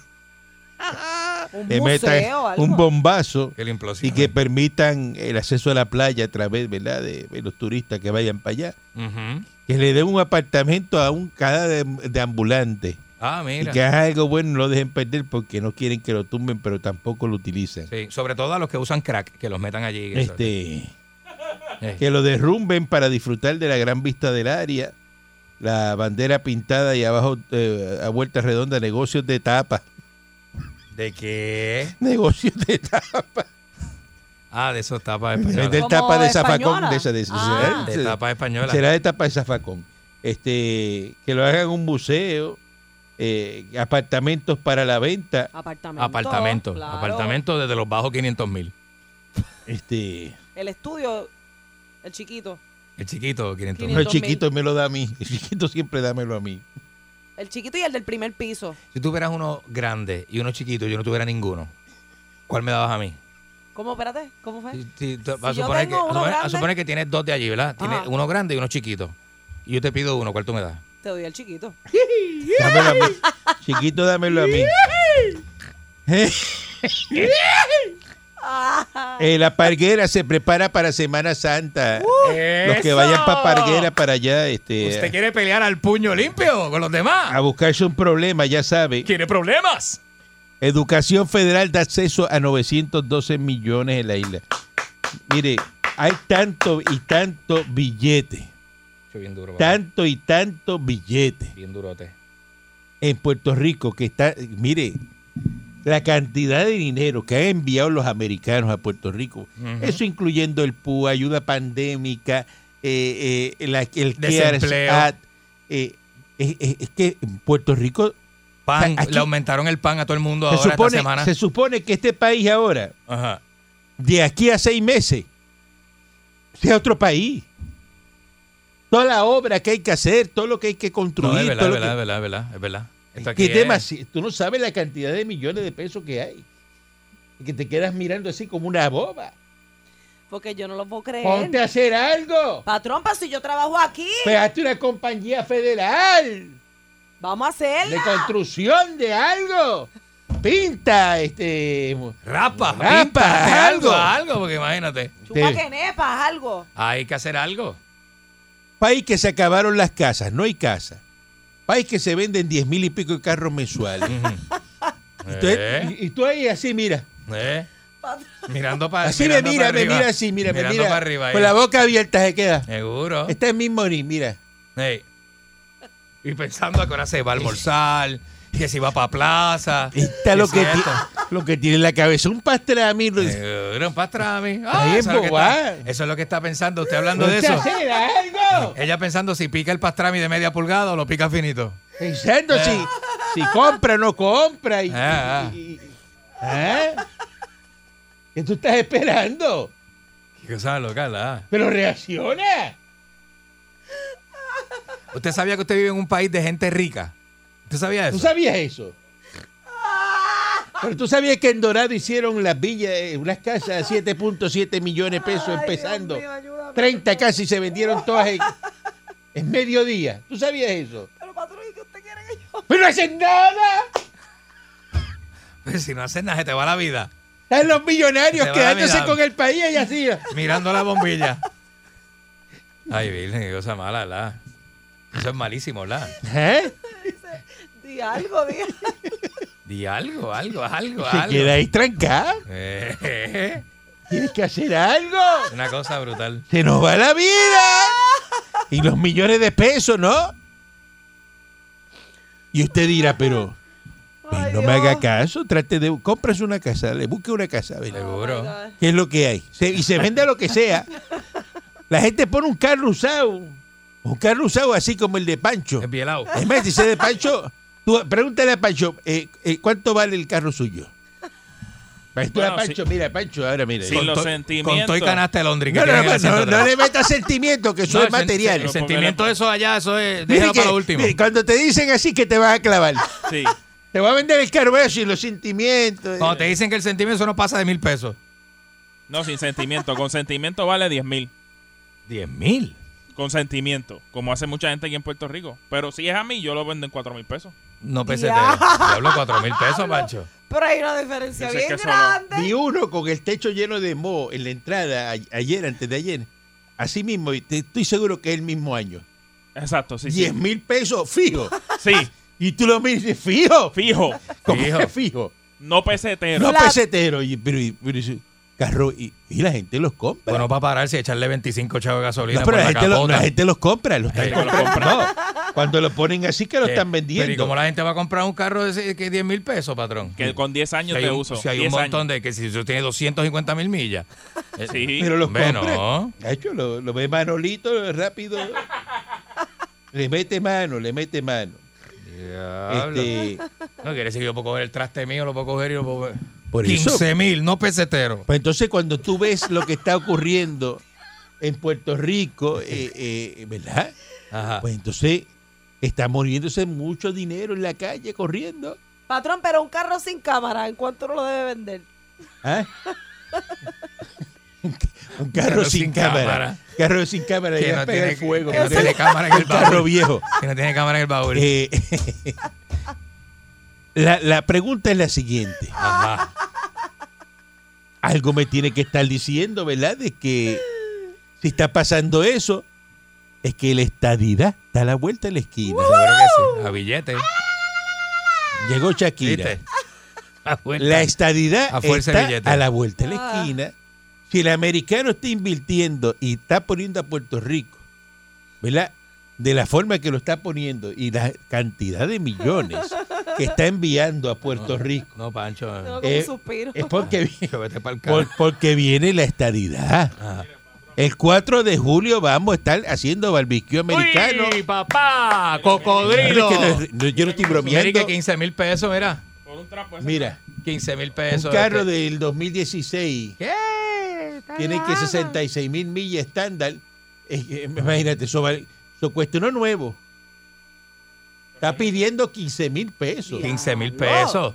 [SPEAKER 5] Un
[SPEAKER 3] le
[SPEAKER 5] museo,
[SPEAKER 3] metan
[SPEAKER 5] algo.
[SPEAKER 3] Eh, un bombazo
[SPEAKER 4] Que la implosión.
[SPEAKER 3] y que permitan el acceso a la playa a través ¿verdad? De, de los turistas que vayan para allá.
[SPEAKER 4] Ujú.
[SPEAKER 3] Que le den un apartamento a un cada de, de ambulante.
[SPEAKER 4] Ah, mira.
[SPEAKER 3] Y que haga algo bueno, no lo dejen perder porque no quieren que lo tumben, pero tampoco lo utilizan.
[SPEAKER 4] Sí, sobre todo a los que usan crack, que los metan allí. que eso-
[SPEAKER 3] Este,
[SPEAKER 4] Eh.
[SPEAKER 3] que lo derrumben para disfrutar de la gran vista del área. La bandera pintada y abajo eh, a vuelta redonda, negocios de tapa.
[SPEAKER 4] ¿De qué?
[SPEAKER 3] Negocios de tapa.
[SPEAKER 4] Ah, de esos tapas
[SPEAKER 3] De
[SPEAKER 4] españolas.
[SPEAKER 5] ¿Cómo
[SPEAKER 3] tapa de zafacón.
[SPEAKER 5] española?
[SPEAKER 3] De esa, de esa-
[SPEAKER 5] Ah.
[SPEAKER 3] de
[SPEAKER 4] De
[SPEAKER 3] esa-
[SPEAKER 4] tapas españolas.
[SPEAKER 3] será de tapa de zafacón. Este, que lo hagan un museo, eh, apartamentos para la venta.
[SPEAKER 5] Apartamento.
[SPEAKER 4] Apartamento.
[SPEAKER 5] claro.
[SPEAKER 4] Apartamento desde los bajos 500 mil.
[SPEAKER 3] Este,
[SPEAKER 5] El estudio, el chiquito.
[SPEAKER 4] El chiquito,
[SPEAKER 3] no,
[SPEAKER 4] 500 mil.
[SPEAKER 3] el
[SPEAKER 5] 500.000.
[SPEAKER 3] chiquito me lo da a mí. El chiquito siempre dámelo a mí.
[SPEAKER 5] El chiquito y el del primer piso.
[SPEAKER 4] Si tú tuvieras uno grande y uno chiquito y yo no tuviera ninguno, ¿cuál me dabas a mí?
[SPEAKER 5] ¿Cómo, espérate? ¿Cómo fue?
[SPEAKER 4] Si- si- te-
[SPEAKER 5] Si
[SPEAKER 4] a,
[SPEAKER 5] yo
[SPEAKER 4] suponer que,
[SPEAKER 5] tengo
[SPEAKER 4] a
[SPEAKER 5] uno
[SPEAKER 4] suponer- a
[SPEAKER 5] grande-
[SPEAKER 4] suponer que tienes dos de allí, ¿verdad? Tienes
[SPEAKER 5] Ajá.
[SPEAKER 4] uno grande y uno chiquito. Y yo te pido uno, ¿cuál tú me das?
[SPEAKER 5] Te doy el chiquito.
[SPEAKER 3] Dámelo a mí. Chiquito, dámelo a mí. Eh, la parguera se prepara para Semana Santa. Los que vayan para parguera para allá, este,
[SPEAKER 4] ¿Usted quiere pelear al puño limpio con los demás?
[SPEAKER 3] a buscarse un problema, ya sabe.
[SPEAKER 4] ¿Quiere problemas?
[SPEAKER 3] Educación Federal da acceso a 912 millones en la isla. Mire, hay tanto y tanto billete,
[SPEAKER 4] Bien duro, papá.
[SPEAKER 3] tanto y tanto billete
[SPEAKER 4] Bien durote.
[SPEAKER 3] en Puerto Rico que está, mire, la cantidad de dinero que han enviado los americanos a Puerto Rico, eso incluyendo el PU, ayuda pandémica, eh, eh, la- el CARES
[SPEAKER 4] Desempleo.
[SPEAKER 3] Act, eh, es- es- es que en Puerto Rico
[SPEAKER 4] Pan,
[SPEAKER 3] O sea, aquí-
[SPEAKER 4] le aumentaron el pan a todo el mundo
[SPEAKER 3] se
[SPEAKER 4] ahora esta
[SPEAKER 3] supone,
[SPEAKER 4] semana.
[SPEAKER 3] se supone que este país ahora,
[SPEAKER 4] Ajá.
[SPEAKER 3] de aquí a seis meses, sea otro país. Toda la obra que hay que hacer, todo lo que hay que construir,
[SPEAKER 4] No, es verdad,
[SPEAKER 3] todo lo
[SPEAKER 4] es verdad, es
[SPEAKER 3] que-
[SPEAKER 4] verdad, es verdad, es verdad. Esto
[SPEAKER 3] que
[SPEAKER 4] aquí es-
[SPEAKER 3] demasi- tú no sabes la cantidad de millones de pesos que hay. Y Que te quedas mirando así como una boba.
[SPEAKER 5] Porque yo no lo puedo creer.
[SPEAKER 3] Ponte a hacer algo.
[SPEAKER 5] Patrón, pero si yo trabajo aquí,
[SPEAKER 3] Pegaste una compañía federal.
[SPEAKER 5] vamos a hacerla.
[SPEAKER 3] de construcción de algo. Pinta, este.
[SPEAKER 4] Rapa,
[SPEAKER 3] Rapa,
[SPEAKER 4] pinta, haz algo,
[SPEAKER 3] algo.
[SPEAKER 4] haz algo, porque imagínate.
[SPEAKER 5] Chupa
[SPEAKER 3] de-
[SPEAKER 5] que nepas, algo.
[SPEAKER 4] Hay que hacer algo.
[SPEAKER 3] País que se acabaron las casas, no hay casa. País que se venden diez mil y pico de carros mensuales. Entonces,
[SPEAKER 4] Eh,
[SPEAKER 3] y, y tú ahí así, mira.
[SPEAKER 4] eh, Mirando para
[SPEAKER 3] Así me
[SPEAKER 4] mirando
[SPEAKER 3] mira,
[SPEAKER 4] para
[SPEAKER 3] me
[SPEAKER 4] arriba.
[SPEAKER 3] mira así, mira, me
[SPEAKER 4] Mirando
[SPEAKER 3] mira.
[SPEAKER 4] para arriba,
[SPEAKER 3] con
[SPEAKER 4] ahí.
[SPEAKER 3] la boca abierta se queda.
[SPEAKER 4] Seguro.
[SPEAKER 3] eh. Está en mismo ni, mira.
[SPEAKER 4] Ey. Y pensando a qué hora se va a almorzar, que si va para plaza.
[SPEAKER 3] Está lo
[SPEAKER 4] es
[SPEAKER 3] que, ti-
[SPEAKER 4] cierto.
[SPEAKER 3] lo que tiene en la cabeza, un pastrami. lo-
[SPEAKER 5] Eh.
[SPEAKER 4] Seguro, para atrás, mi.
[SPEAKER 3] Está bien
[SPEAKER 4] eso, es lo que está,
[SPEAKER 3] bobada.
[SPEAKER 4] eso es lo que está pensando. Usted hablando de
[SPEAKER 3] Ponte a
[SPEAKER 4] eso.
[SPEAKER 3] hacer
[SPEAKER 5] ¿eh?
[SPEAKER 3] algo.
[SPEAKER 4] Ella pensando si pica el pastrami de media pulgada o lo pica finito.
[SPEAKER 3] Pensando si, si compra o no compra. Y,
[SPEAKER 4] Ah, ah.
[SPEAKER 3] y- ¿Eh? ¿Qué tú estás esperando?
[SPEAKER 4] Qué cosa loca, la.
[SPEAKER 3] Pero reacciona.
[SPEAKER 4] ¿Usted sabía que usted vive en un país de gente rica? ¿Usted sabía
[SPEAKER 3] ¿Tú
[SPEAKER 4] eso?
[SPEAKER 3] sabías eso? Pero tú sabías que en Dorado hicieron las villas, eh, unas casas a 7.7 millones de pesos empezando. 30 casas y se vendieron todas en, en mediodía. ¿Tú sabías eso?
[SPEAKER 5] Pero patrón, ¿y qué usted quiere que yo?
[SPEAKER 3] ¡Pero no hacen nada!
[SPEAKER 4] Pero Pues si no haces nada, se te va la vida.
[SPEAKER 3] Están los millonarios
[SPEAKER 4] Se va la
[SPEAKER 3] quedándose
[SPEAKER 4] vida.
[SPEAKER 3] con el país y así.
[SPEAKER 4] Mirando la bombilla. Ay, Virgen, qué cosa mala, la. Eso es malísimo, la.
[SPEAKER 3] ¿Eh?
[SPEAKER 5] Di algo, di
[SPEAKER 4] Di algo, algo, algo,
[SPEAKER 3] Se
[SPEAKER 4] algo.
[SPEAKER 3] queda ahí trancada.
[SPEAKER 4] Eh, eh, eh.
[SPEAKER 3] Tienes que hacer algo.
[SPEAKER 4] una cosa brutal.
[SPEAKER 3] Se nos va la vida. Y los millones de pesos, ¿no? Y usted dirá, pero Pues
[SPEAKER 5] Ay,
[SPEAKER 3] no me haga
[SPEAKER 5] Dios.
[SPEAKER 3] caso, trate de compras una casa, le busque una casa, a ver,
[SPEAKER 4] Seguro.
[SPEAKER 3] ¿qué es lo que hay? Se- y se vende lo que sea. La gente pone un carro usado, un carro usado así como el de Pancho.
[SPEAKER 4] Empielado.
[SPEAKER 3] Es más, dice de Pancho, tú pregúntale a Pancho, eh, eh, ¿cuánto vale el carro suyo? Pregúntale a
[SPEAKER 2] Bueno,
[SPEAKER 3] Pancho, mira, Pancho, ahora mira.
[SPEAKER 2] Sí,
[SPEAKER 3] No,
[SPEAKER 2] los
[SPEAKER 4] to-
[SPEAKER 2] sentimientos.
[SPEAKER 4] Con todo y canasta de Londres. que
[SPEAKER 3] no, no,
[SPEAKER 4] tienen en el asiento
[SPEAKER 3] no, no
[SPEAKER 4] atrás.
[SPEAKER 3] le metas sentimiento, que eso
[SPEAKER 4] No,
[SPEAKER 3] es material.
[SPEAKER 4] El, sen- el
[SPEAKER 2] Porque
[SPEAKER 4] sentimiento
[SPEAKER 2] le-
[SPEAKER 4] de eso allá, eso es.
[SPEAKER 3] Mire
[SPEAKER 4] Déjalo
[SPEAKER 3] que-
[SPEAKER 4] para lo último.
[SPEAKER 3] mire, cuando te dicen así que te vas a clavar,
[SPEAKER 2] Sí.
[SPEAKER 3] te va a vender el carro eso y los sentimientos. eh.
[SPEAKER 4] Cuando te dicen que el sentimiento eso no pasa de mil pesos.
[SPEAKER 2] No, sin sentimiento. Con sentimiento vale 10 mil.
[SPEAKER 4] Diez mil.
[SPEAKER 2] Con sentimiento. Como hace mucha gente aquí en Puerto Rico. Pero si es a mí, yo lo vendo en 4 mil pesos.
[SPEAKER 4] No pese
[SPEAKER 5] Ya.
[SPEAKER 4] Hablo cuatro mil pesos, Pancho.
[SPEAKER 5] Pero hay una diferencia
[SPEAKER 2] Yo sé
[SPEAKER 5] bien
[SPEAKER 2] que eso no.
[SPEAKER 5] grande.
[SPEAKER 3] Vi uno con el techo lleno de moho en la entrada a- ayer, antes de ayer. Así mismo, y te- estoy seguro que es el mismo año.
[SPEAKER 2] Exacto, sí.
[SPEAKER 3] 10
[SPEAKER 2] Sí.
[SPEAKER 3] mil pesos fijo.
[SPEAKER 2] sí.
[SPEAKER 3] Y tú lo miras y dices, fijo.
[SPEAKER 2] Fijo.
[SPEAKER 3] ¿Cómo
[SPEAKER 4] Fijo.
[SPEAKER 3] que fijo?
[SPEAKER 2] No pesetero.
[SPEAKER 3] No
[SPEAKER 5] La-
[SPEAKER 3] pesetero. Y, pero, y- pero y- carro, y, y la gente los compra.
[SPEAKER 4] Bueno, para pararse y echarle 25 chavos de gasolina.
[SPEAKER 3] No, pero
[SPEAKER 4] por
[SPEAKER 3] la
[SPEAKER 4] la
[SPEAKER 3] gente, lo-
[SPEAKER 4] capota.
[SPEAKER 3] la gente los compra, los están
[SPEAKER 4] Sí, los
[SPEAKER 3] comprando. No, cuando lo ponen así que lo
[SPEAKER 4] Eh,
[SPEAKER 3] están
[SPEAKER 4] Pero ¿y
[SPEAKER 3] vendiendo.
[SPEAKER 4] cómo la gente va a comprar un carro de ese- que 10 mil pesos, patrón?
[SPEAKER 2] Que con 10 años
[SPEAKER 4] hay
[SPEAKER 2] te
[SPEAKER 4] un,
[SPEAKER 2] uso.
[SPEAKER 4] si hay un
[SPEAKER 2] 10
[SPEAKER 4] montón
[SPEAKER 2] años.
[SPEAKER 4] de que si usted tiene 250 mil millas. Eh,
[SPEAKER 2] Sí.
[SPEAKER 3] Pero los
[SPEAKER 4] Bueno.
[SPEAKER 3] compra. Cacho, lo, lo ve Manolito rápido. Le mete mano, le mete mano.
[SPEAKER 4] diablo.
[SPEAKER 3] Este,
[SPEAKER 4] No quiere decir que yo puedo coger el traste mío, lo puedo coger y lo puedo.
[SPEAKER 3] Por eso.
[SPEAKER 4] 15 mil, no pesetero.
[SPEAKER 3] pues entonces cuando tú ves lo que está ocurriendo en Puerto Rico, eh, eh, ¿verdad?
[SPEAKER 4] Ajá.
[SPEAKER 3] Pues entonces está muriéndose mucho dinero en la calle corriendo.
[SPEAKER 5] Patrón, pero un carro sin cámara, ¿en cuánto no lo debe vender?
[SPEAKER 3] ¿Ah? Un carro, sin, cámara. Carro sin cámara.
[SPEAKER 4] que
[SPEAKER 3] ya
[SPEAKER 4] no
[SPEAKER 3] pega
[SPEAKER 4] tiene,
[SPEAKER 3] el fuego.
[SPEAKER 4] que no tiene cámara en el
[SPEAKER 3] Un carro
[SPEAKER 4] baúl.
[SPEAKER 3] viejo.
[SPEAKER 4] Que no tiene cámara en el baúl.
[SPEAKER 3] Eh, la, la pregunta es la siguiente.
[SPEAKER 4] Ajá.
[SPEAKER 3] Algo me tiene que estar diciendo, ¿verdad? De que si está pasando eso, es que la estadidad está a la vuelta de la esquina.
[SPEAKER 4] Seguro que sí. A billete.
[SPEAKER 3] Llegó Shakira.
[SPEAKER 4] ¿Viste? A vuelta.
[SPEAKER 3] La estadidad
[SPEAKER 4] A fuerza de
[SPEAKER 3] está
[SPEAKER 4] billete.
[SPEAKER 3] a la vuelta de la
[SPEAKER 5] Ah.
[SPEAKER 3] esquina. Si el americano está invirtiendo y está poniendo a Puerto Rico, ¿verdad? De la forma que lo está poniendo y la cantidad de millones que está enviando a Puerto Rico,
[SPEAKER 4] No, Pancho. eh.
[SPEAKER 5] Tengo como
[SPEAKER 3] Eh,
[SPEAKER 5] un suspiro.
[SPEAKER 3] es porque vi-
[SPEAKER 4] Que vete pa'l carajo.
[SPEAKER 3] Por- porque viene la estadidad.
[SPEAKER 4] Ajá.
[SPEAKER 3] El 4 de julio vamos a estar haciendo barbecue americano.
[SPEAKER 4] ¡Uy, papá!
[SPEAKER 3] Claro,
[SPEAKER 4] ¡Cocodrilo!
[SPEAKER 3] es que no- no- yo no estoy
[SPEAKER 4] Mira que
[SPEAKER 3] bromeando.
[SPEAKER 4] 15 mil pesos, mira.
[SPEAKER 2] Por un trapo ese.
[SPEAKER 3] Mira,
[SPEAKER 4] 15 mil
[SPEAKER 3] un
[SPEAKER 4] pesos.
[SPEAKER 3] carro
[SPEAKER 4] este.
[SPEAKER 3] del 2016
[SPEAKER 4] ¿Qué?
[SPEAKER 3] tiene que 66 mil millas estándar. Eh, eh, Imagínate, eso, vale- eso cuesta uno nuevo. Está pidiendo 15 mil pesos.
[SPEAKER 4] 15 mil
[SPEAKER 5] Diablo.
[SPEAKER 4] pesos.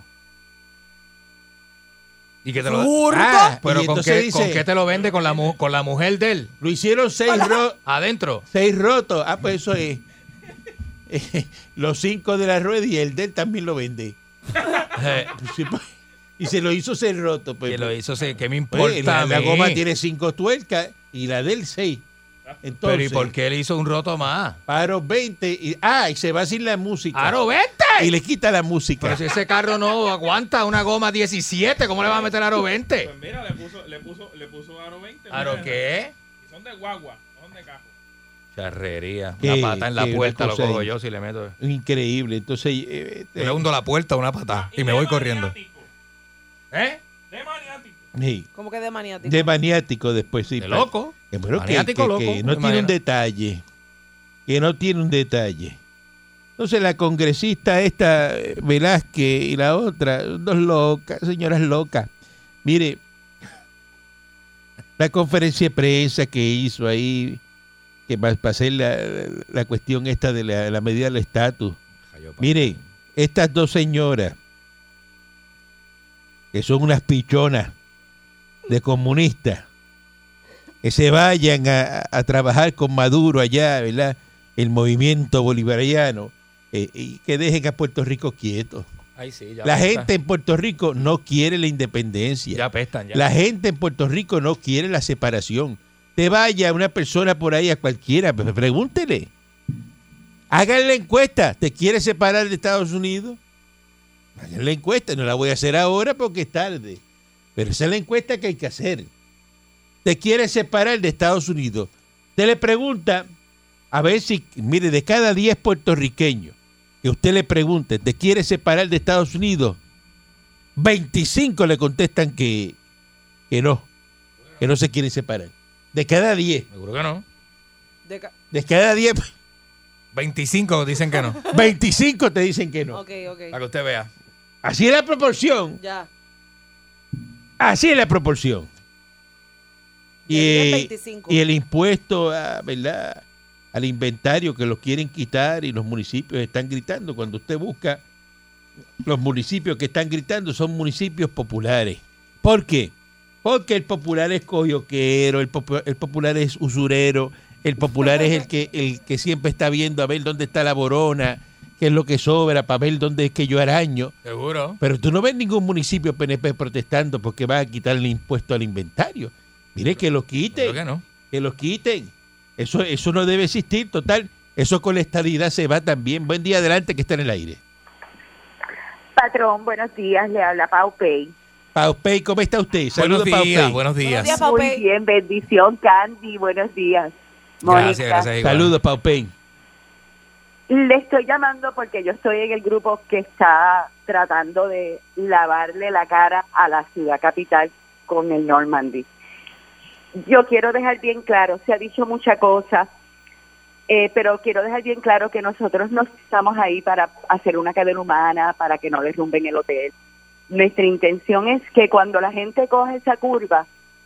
[SPEAKER 4] ¿Y que te lo
[SPEAKER 3] Ah,
[SPEAKER 4] Pero
[SPEAKER 3] y
[SPEAKER 4] ¿con
[SPEAKER 3] entonces
[SPEAKER 4] qué,
[SPEAKER 3] dice,
[SPEAKER 4] ¿con qué te lo vende? ¿Con la, mu- con la mujer de él?
[SPEAKER 3] lo hicieron seis, ro-
[SPEAKER 4] Adentro.
[SPEAKER 3] seis rotos. Ah, pues eso es. Eh, los cinco de la rueda y el del también lo vende.
[SPEAKER 4] Eh,
[SPEAKER 3] Sí, pues. Y se lo hizo ser roto. Pues,
[SPEAKER 4] que lo hizo, sí, ¿qué me
[SPEAKER 3] Oye,
[SPEAKER 4] importa?
[SPEAKER 3] la, la
[SPEAKER 4] a mí?
[SPEAKER 3] goma tiene cinco tuercas y la del seis. Entonces,
[SPEAKER 4] Ah, Pero ¿y por qué él hizo un roto más?
[SPEAKER 3] Paro 20. Y, ah, y se va sin la música.
[SPEAKER 4] ¡Aro, vete!
[SPEAKER 3] Y le quita la música.
[SPEAKER 4] Pero si ese carro no aguanta una goma 17, ¿cómo le va a meter aro 20?
[SPEAKER 2] Pues mira, le puso, le puso, le puso aro 20.
[SPEAKER 4] ¿Aro
[SPEAKER 2] mira,
[SPEAKER 4] qué?
[SPEAKER 2] y Son de guagua, no son de cajo.
[SPEAKER 4] Charrería.
[SPEAKER 3] Qué-
[SPEAKER 4] Una pata en la
[SPEAKER 3] qué
[SPEAKER 4] puerta lo
[SPEAKER 3] cosa
[SPEAKER 4] cojo
[SPEAKER 3] ahí.
[SPEAKER 4] yo si le meto.
[SPEAKER 3] Increíble. Entonces, eh, eh,
[SPEAKER 4] Yo le hundo la puerta una patada y me
[SPEAKER 2] de
[SPEAKER 4] voy corriendo.
[SPEAKER 2] maniático,
[SPEAKER 4] ¿Eh?
[SPEAKER 2] De maniático.
[SPEAKER 3] sí,
[SPEAKER 5] Como que de maniático.
[SPEAKER 3] de maniático después, sí.
[SPEAKER 4] De loco.
[SPEAKER 3] Eh, pero que-
[SPEAKER 4] Maniático
[SPEAKER 3] que-
[SPEAKER 4] loco,
[SPEAKER 3] que
[SPEAKER 4] me
[SPEAKER 3] no tiene un
[SPEAKER 4] imagino.
[SPEAKER 3] detalle. Que no tiene un detalle. Entonces la congresista esta, eh, Velázquez, y la otra, dos locas, señoras locas. Mire, la conferencia de prensa que hizo ahí, que para hacer la, la cuestión esta de la, la medida del estatus. Mire, estas dos señoras, que son unas pichonas de comunistas, que se vayan a, a trabajar con Maduro allá, ¿verdad? El movimiento bolivariano, eh, y que dejen a Puerto Rico quieto.
[SPEAKER 4] Ay, sí, ya
[SPEAKER 3] La
[SPEAKER 4] apesta.
[SPEAKER 3] gente en Puerto Rico no quiere la independencia.
[SPEAKER 4] Ya apestan, ya.
[SPEAKER 3] La gente en Puerto Rico no quiere la separación. Te vaya una persona por ahí a cualquiera, pre- pregúntele. Hagan la encuesta. ¿Te quieres separar de Estados Unidos? Hagan la encuesta. No la voy a hacer ahora porque es tarde. Pero esa es la encuesta que hay que hacer. ¿Te quieres separar de Estados Unidos? Te le pregunta a ver si, mire, de cada 10 puertorriqueños que usted le pregunte, ¿te quiere separar de Estados Unidos? 25 le contestan que, que no, que no se quieren separar. De cada 10,
[SPEAKER 4] Seguro que no.
[SPEAKER 5] De ca-
[SPEAKER 3] de cada 10,
[SPEAKER 4] 25 dicen que no.
[SPEAKER 3] 25 te dicen que no.
[SPEAKER 5] ok,
[SPEAKER 4] Para
[SPEAKER 5] ok.
[SPEAKER 4] que usted vea.
[SPEAKER 3] Así es la proporción,
[SPEAKER 5] Ya.
[SPEAKER 3] así es la proporción. Y,
[SPEAKER 5] De 10,
[SPEAKER 3] eh,
[SPEAKER 5] 25.
[SPEAKER 3] y el impuesto a, ¿verdad? al inventario que los quieren quitar y los municipios están gritando. Cuando usted busca, los municipios que están gritando son municipios populares. ¿Por qué? Porque el popular es coyoquero, el, popu- el popular es usurero, el popular es el que, el que siempre está viendo a ver dónde está la borona, qué es lo que sobra, para ver dónde es que yo araño.
[SPEAKER 4] Seguro.
[SPEAKER 3] Pero tú no ves ningún municipio PNP protestando porque va a quitar el impuesto al inventario. Mire que lo quite
[SPEAKER 4] Seguro que no.
[SPEAKER 3] que los quiten. Eso, eso no debe existir, total. Eso con la estadidad se va también. Buen día adelante que está en el aire.
[SPEAKER 6] Patrón, buenos días, le habla Pau Pei.
[SPEAKER 3] Paupey, ¿cómo está usted? Saludos,
[SPEAKER 4] buenos días,
[SPEAKER 3] Paupey.
[SPEAKER 4] buenos días.
[SPEAKER 5] Buenos días, Pau
[SPEAKER 6] Muy
[SPEAKER 5] Pei.
[SPEAKER 6] bien, bendición, Candy, buenos días.
[SPEAKER 4] Gracias,
[SPEAKER 6] Mónica.
[SPEAKER 4] gracias. igual.
[SPEAKER 3] Saludos, Paupey.
[SPEAKER 6] Le estoy llamando porque yo estoy en el grupo que está tratando de lavarle la cara a la ciudad capital con el Normandy. Yo quiero dejar bien claro, se ha dicho mucha cosa, eh, pero quiero dejar bien claro que nosotros no estamos ahí para hacer una cadena humana, para que no derrumben el hotel. Nuestra intención es que cuando la gente coge esa curva,